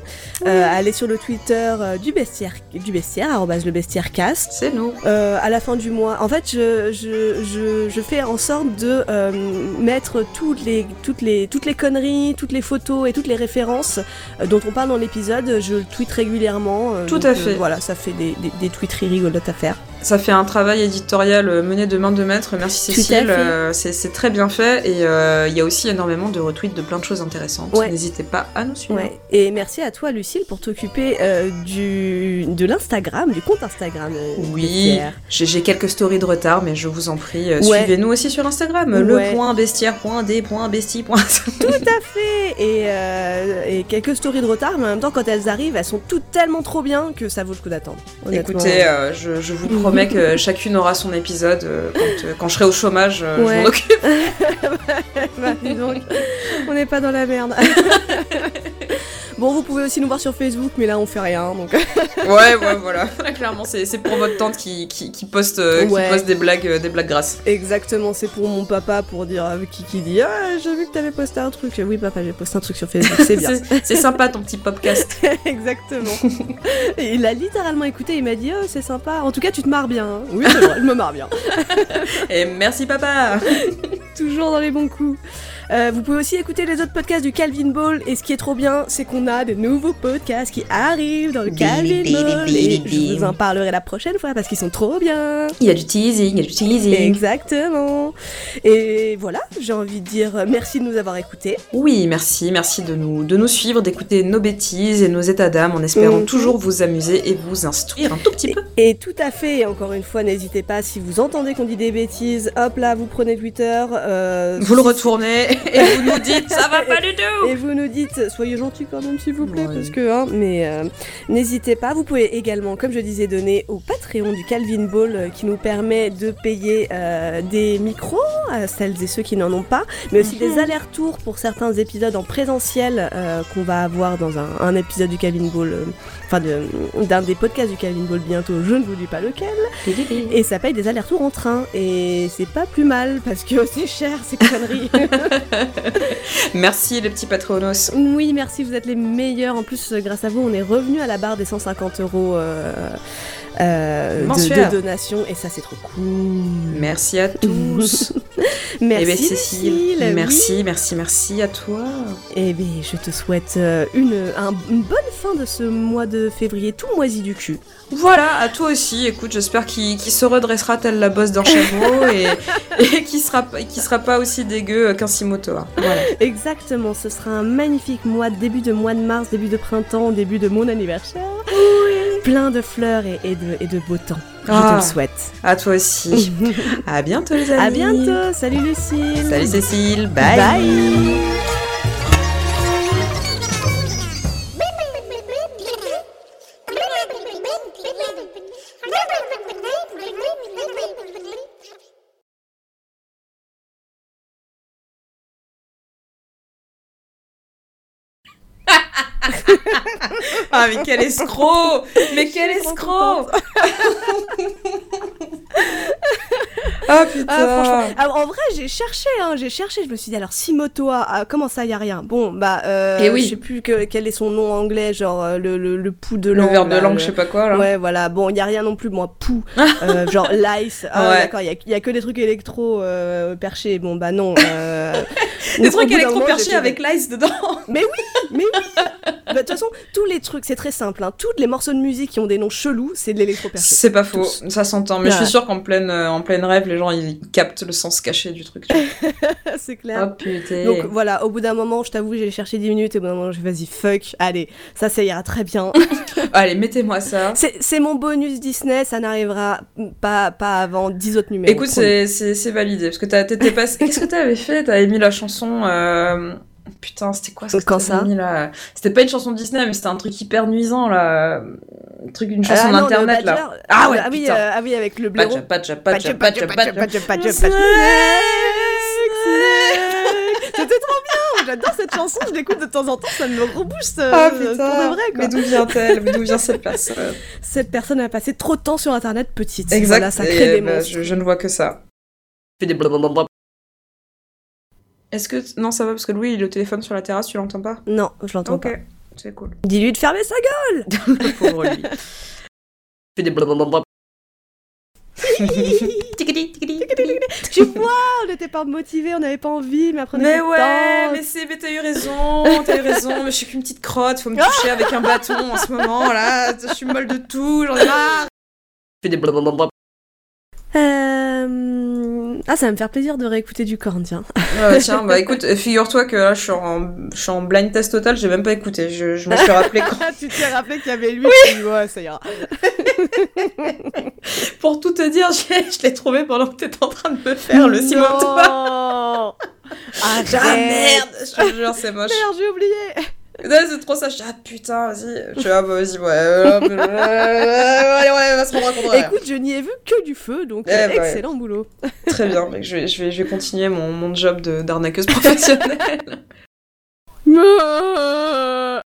Speaker 1: Euh, allez sur le Twitter euh, du bestiaire, du bestiaire, arrobase le bestiairecast.
Speaker 2: C'est nous.
Speaker 1: Euh, à la fin du mois, en fait, je, je, je, je fais en sorte de euh, mettre toutes les, toutes, les, toutes les conneries, toutes les photos et toutes les références euh, dont on parle dans l'épisode. Je le tweet régulièrement. euh,
Speaker 2: Tout
Speaker 1: donc,
Speaker 2: à
Speaker 1: euh,
Speaker 2: fait.
Speaker 1: voilà, ça fait des, des, des tweeteries rigolotes à faire.
Speaker 2: Ça fait un travail éditorial euh, mené de main de maître.
Speaker 1: Tout
Speaker 2: Merci
Speaker 1: à
Speaker 2: Cécile.
Speaker 1: fait.
Speaker 2: euh, C'est c'est très bien fait et euh, il y a aussi énormément de retweets de plein de choses intéressantes.
Speaker 1: Ouais.
Speaker 2: N'hésitez pas à nous suivre.
Speaker 1: Ouais. Et merci à toi, Lucille, pour t'occuper euh, du de l'Instagram, du compte Instagram. euh,
Speaker 2: Oui.
Speaker 1: Pierre.
Speaker 2: J'ai j'ai quelques stories de retard, mais je vous en prie, euh,
Speaker 1: Ouais.
Speaker 2: suivez-nous aussi sur Instagram, euh,
Speaker 1: Ouais.
Speaker 2: le point bestiaire point des point bestie point.
Speaker 1: Tout à fait. Et, euh, et quelques stories de retard, mais en même temps, quand elles arrivent, elles sont toutes tellement trop bien que ça vaut le coup d'attendre. honnêtement.
Speaker 2: Écoutez, euh, je, je vous promets que chacune aura son épisode euh, quand, euh, quand je serai au chômage. euh,
Speaker 1: Ouais.
Speaker 2: Je m'en occupe.
Speaker 1: Bah, dis donc, on n'est pas dans la merde. bon, vous pouvez aussi nous voir sur Facebook, mais là, on fait rien. Donc,
Speaker 2: Ouais, ouais, voilà. Clairement, c'est c'est pour votre tante qui, qui, qui poste, euh, qui
Speaker 1: Ouais.
Speaker 2: poste des blagues, euh, des blagues grasses.
Speaker 1: exactement, c'est pour mon papa pour dire euh, qui qui dit ah j'ai vu que t'avais posté un truc. Oui, papa, j'ai posté un truc sur Facebook. C'est bien.
Speaker 2: C'est c'est sympa ton petit podcast.
Speaker 1: Exactement. Et il a littéralement écouté, il m'a dit oh, c'est sympa. En tout cas, tu te marres bien. hein. Oui, c'est vrai, je me marre bien.
Speaker 2: Et merci papa.
Speaker 1: Toujours dans les bons coups. Euh, vous pouvez aussi écouter les autres podcasts du Calvin Ball. Et ce qui est trop bien, c'est qu'on a des nouveaux podcasts qui arrivent dans le Calvin Ball. Et je vous en parlerai la prochaine fois parce qu'ils sont trop bien.
Speaker 2: Il y a du teasing, il y a du teasing.
Speaker 1: Exactement. Et voilà, j'ai envie de dire merci de nous avoir écoutés.
Speaker 2: Oui, merci, merci de nous, de nous suivre, d'écouter nos bêtises et nos états d'âme en espérant
Speaker 1: Mhm.
Speaker 2: toujours vous amuser et vous instruire un tout petit peu.
Speaker 1: Et tout à fait, et encore une fois, n'hésitez pas, si vous entendez qu'on dit des bêtises, hop là, vous prenez Twitter. euh,
Speaker 2: Vous le retournez et vous nous dites ça va pas du
Speaker 1: Et
Speaker 2: tout.
Speaker 1: vous nous dites, soyez gentils quand même, s'il vous plaît,
Speaker 2: Ouais.
Speaker 1: parce que, hein, mais euh, n'hésitez pas. Vous pouvez également, comme je disais, donner au Patreon du Calvin Ball euh, qui nous permet de payer euh, des micros à celles et ceux qui n'en ont pas, mais aussi des allers-retours pour certains épisodes en présentiel euh, qu'on va avoir dans un, un épisode du Calvin Ball, euh, enfin, de- d'un des podcasts du Calvin Ball bientôt, je ne vous dis pas lequel. Et ça paye des allers-retours en train, et c'est pas plus mal parce que c'est cher ces conneries.
Speaker 2: Merci les petits patronos.
Speaker 1: Oui, merci, vous êtes les meilleurs. En plus, euh, grâce à vous, on est revenu à la barre des 150 euros euh, euh, de,
Speaker 2: Mensuel.
Speaker 1: de donations et ça, c'est trop cool.
Speaker 2: Merci à tous.
Speaker 1: Merci,
Speaker 2: Eh ben, Cécile,
Speaker 1: Lucille, oui.
Speaker 2: merci, merci, merci à toi.
Speaker 1: Eh bien, je te souhaite euh, une, un- une bonne fin de ce mois de février, tout moisi du cul.
Speaker 2: Voilà, à toi aussi. Écoute, j'espère qu'il qu'il se redressera telle la bosse d'un chameau et, et qu'il sera, pas- qu'il sera pas aussi dégueu qu'un Simoto. Hein. Voilà.
Speaker 1: Exactement, ce sera un magnifique mois, début de mois de mars, début de printemps, début de mon anniversaire. Plein de fleurs et, et de, et de beau temps. Je te
Speaker 2: Ah.
Speaker 1: le souhaite.
Speaker 2: À toi aussi. à bientôt, les amis.
Speaker 1: à bientôt, salut Lucille.
Speaker 2: Salut Cécile.
Speaker 1: Bye.
Speaker 6: Bye.
Speaker 2: Ah, mais quel escroc Mais quel
Speaker 1: trop
Speaker 2: escroc Ah putain
Speaker 1: Ah, franchement. Ah, en vrai, j'ai cherché, hein, j'ai cherché. Je me suis dit, alors, Simoto, ah, ah, comment ça, y a rien Bon, bah, euh,
Speaker 2: Eh oui.
Speaker 1: je sais plus que- quel est son nom anglais, genre euh, le, le, le pou de
Speaker 2: Le
Speaker 1: langue.
Speaker 2: verre de
Speaker 1: là,
Speaker 2: langue,
Speaker 1: bah, le-
Speaker 2: je sais pas hein. quoi, là.
Speaker 1: Ouais, voilà. Bon, il y a rien non plus, moi, pou. Euh, genre lice. Ah,
Speaker 2: Ouais.
Speaker 1: D'accord, il y a- il y, a que des trucs électro euh, perchés. Bon, bah non. euh,
Speaker 2: Des
Speaker 1: au bout
Speaker 2: trucs
Speaker 1: d'un moment,
Speaker 2: électroperchés
Speaker 1: j'étais-
Speaker 2: avec l'ice dedans
Speaker 1: Mais oui, mais oui. Bah, De toute façon, tous les trucs, c'est très simple. Hein. Toutes les morceaux de musique qui ont des noms chelous, c'est de l'électro perché.
Speaker 2: C'est pas faux, ça s'entend. Mais je suis
Speaker 1: Ouais.
Speaker 2: sûre qu'en pleine, euh, en pleine rêve, les gens ils captent le sens caché du truc. tu vois.
Speaker 1: c'est clair.
Speaker 2: Oh putain.
Speaker 1: Donc voilà, au bout d'un moment, je t'avoue, j'ai cherché 10 minutes et au bout d'un moment, j'ai fait, vas-y, fuck, allez, ça, ça ira très bien.
Speaker 2: Allez, mettez-moi ça.
Speaker 1: C'est c'est mon bonus Disney, ça n'arrivera pas, pas avant 10 autres numéros.
Speaker 2: Écoute,
Speaker 1: promis.
Speaker 2: c'est c'est- c'est validé. Parce que t'as- t'étais pas. Qu'est-ce que t'avais fait T'avais mis la chanson. euh, Putain, c'était quoi ce que
Speaker 1: Quand
Speaker 2: t'avais
Speaker 1: ça
Speaker 2: mis, là C'était pas une chanson Disney, mais c'était un truc hyper nuisant là. Un truc, une chanson
Speaker 1: Ah non, le
Speaker 2: d'internet là.
Speaker 1: Badger.
Speaker 2: Ah ouais,
Speaker 1: ah, oui,
Speaker 2: putain.
Speaker 1: euh, ah oui, avec le blaireau.
Speaker 2: Badger, badger, badger, badger, badger.
Speaker 1: C'était trop bien, j'adore cette chanson, je l'écoute de temps en temps, ça me rebouche euh,
Speaker 2: Ah,
Speaker 1: pour de vrai quoi.
Speaker 2: Mais d'où vient-elle Mais D'où vient cette personne
Speaker 1: Cette personne a passé trop de temps sur internet petite.
Speaker 2: Exact.
Speaker 1: Voilà, ça crée
Speaker 2: et,
Speaker 1: des
Speaker 2: bah,
Speaker 1: monstres.
Speaker 2: je, je ne vois que ça. Je fais des blablabla. Est-ce que t- non ça va parce que Louis il a le téléphone sur la terrasse tu l'entends pas
Speaker 1: Non, je l'entends
Speaker 2: Ok c'est cool
Speaker 1: pas. Dis-lui de fermer sa gueule.
Speaker 2: pauvre lui. Je fais des blablabla.
Speaker 1: Tu vois, on n'était pas motivés, on n'avait pas envie, mais après on
Speaker 2: Mais
Speaker 1: était
Speaker 2: ouais
Speaker 1: contents.
Speaker 2: mais c'est mais t'as eu raison t'as eu raison mais je suis qu'une petite crotte faut me toucher avec un bâton en ce moment là je suis molle de tout j'en ai marre. Je fais des blablabla.
Speaker 1: Euh, Ah, ça va me faire plaisir de réécouter du corn, tiens.
Speaker 2: Euh, tiens, bah écoute, figure-toi que là, je suis en, je suis en blind test total, j'ai même pas écouté. Je, je me suis rappelé quand.
Speaker 1: Ah, tu t'es rappelé qu'il y avait lui, oui. ouais, ça ira.
Speaker 2: Pour tout te dire, je, je l'ai trouvé pendant que t'étais en train de me faire le ciment de toi.
Speaker 1: toi. Ah,
Speaker 2: Ah merde, je te jure, c'est moche.
Speaker 1: Merde, j'ai oublié.
Speaker 2: Non, c'est trop ça. Je dis, ah putain, vas-y. Je suis ah, bah, vas-y, ouais. euh, euh, euh, allez, ouais, on va se rendre compte. ouais.
Speaker 1: Écoute, je n'y ai vu que du feu, donc
Speaker 2: Eh
Speaker 1: euh,
Speaker 2: bah ouais.
Speaker 1: excellent boulot.
Speaker 2: Très bien, mec, je vais, je vais, je vais continuer mon, mon job de- d'arnaqueuse professionnelle.
Speaker 1: Non, Ah.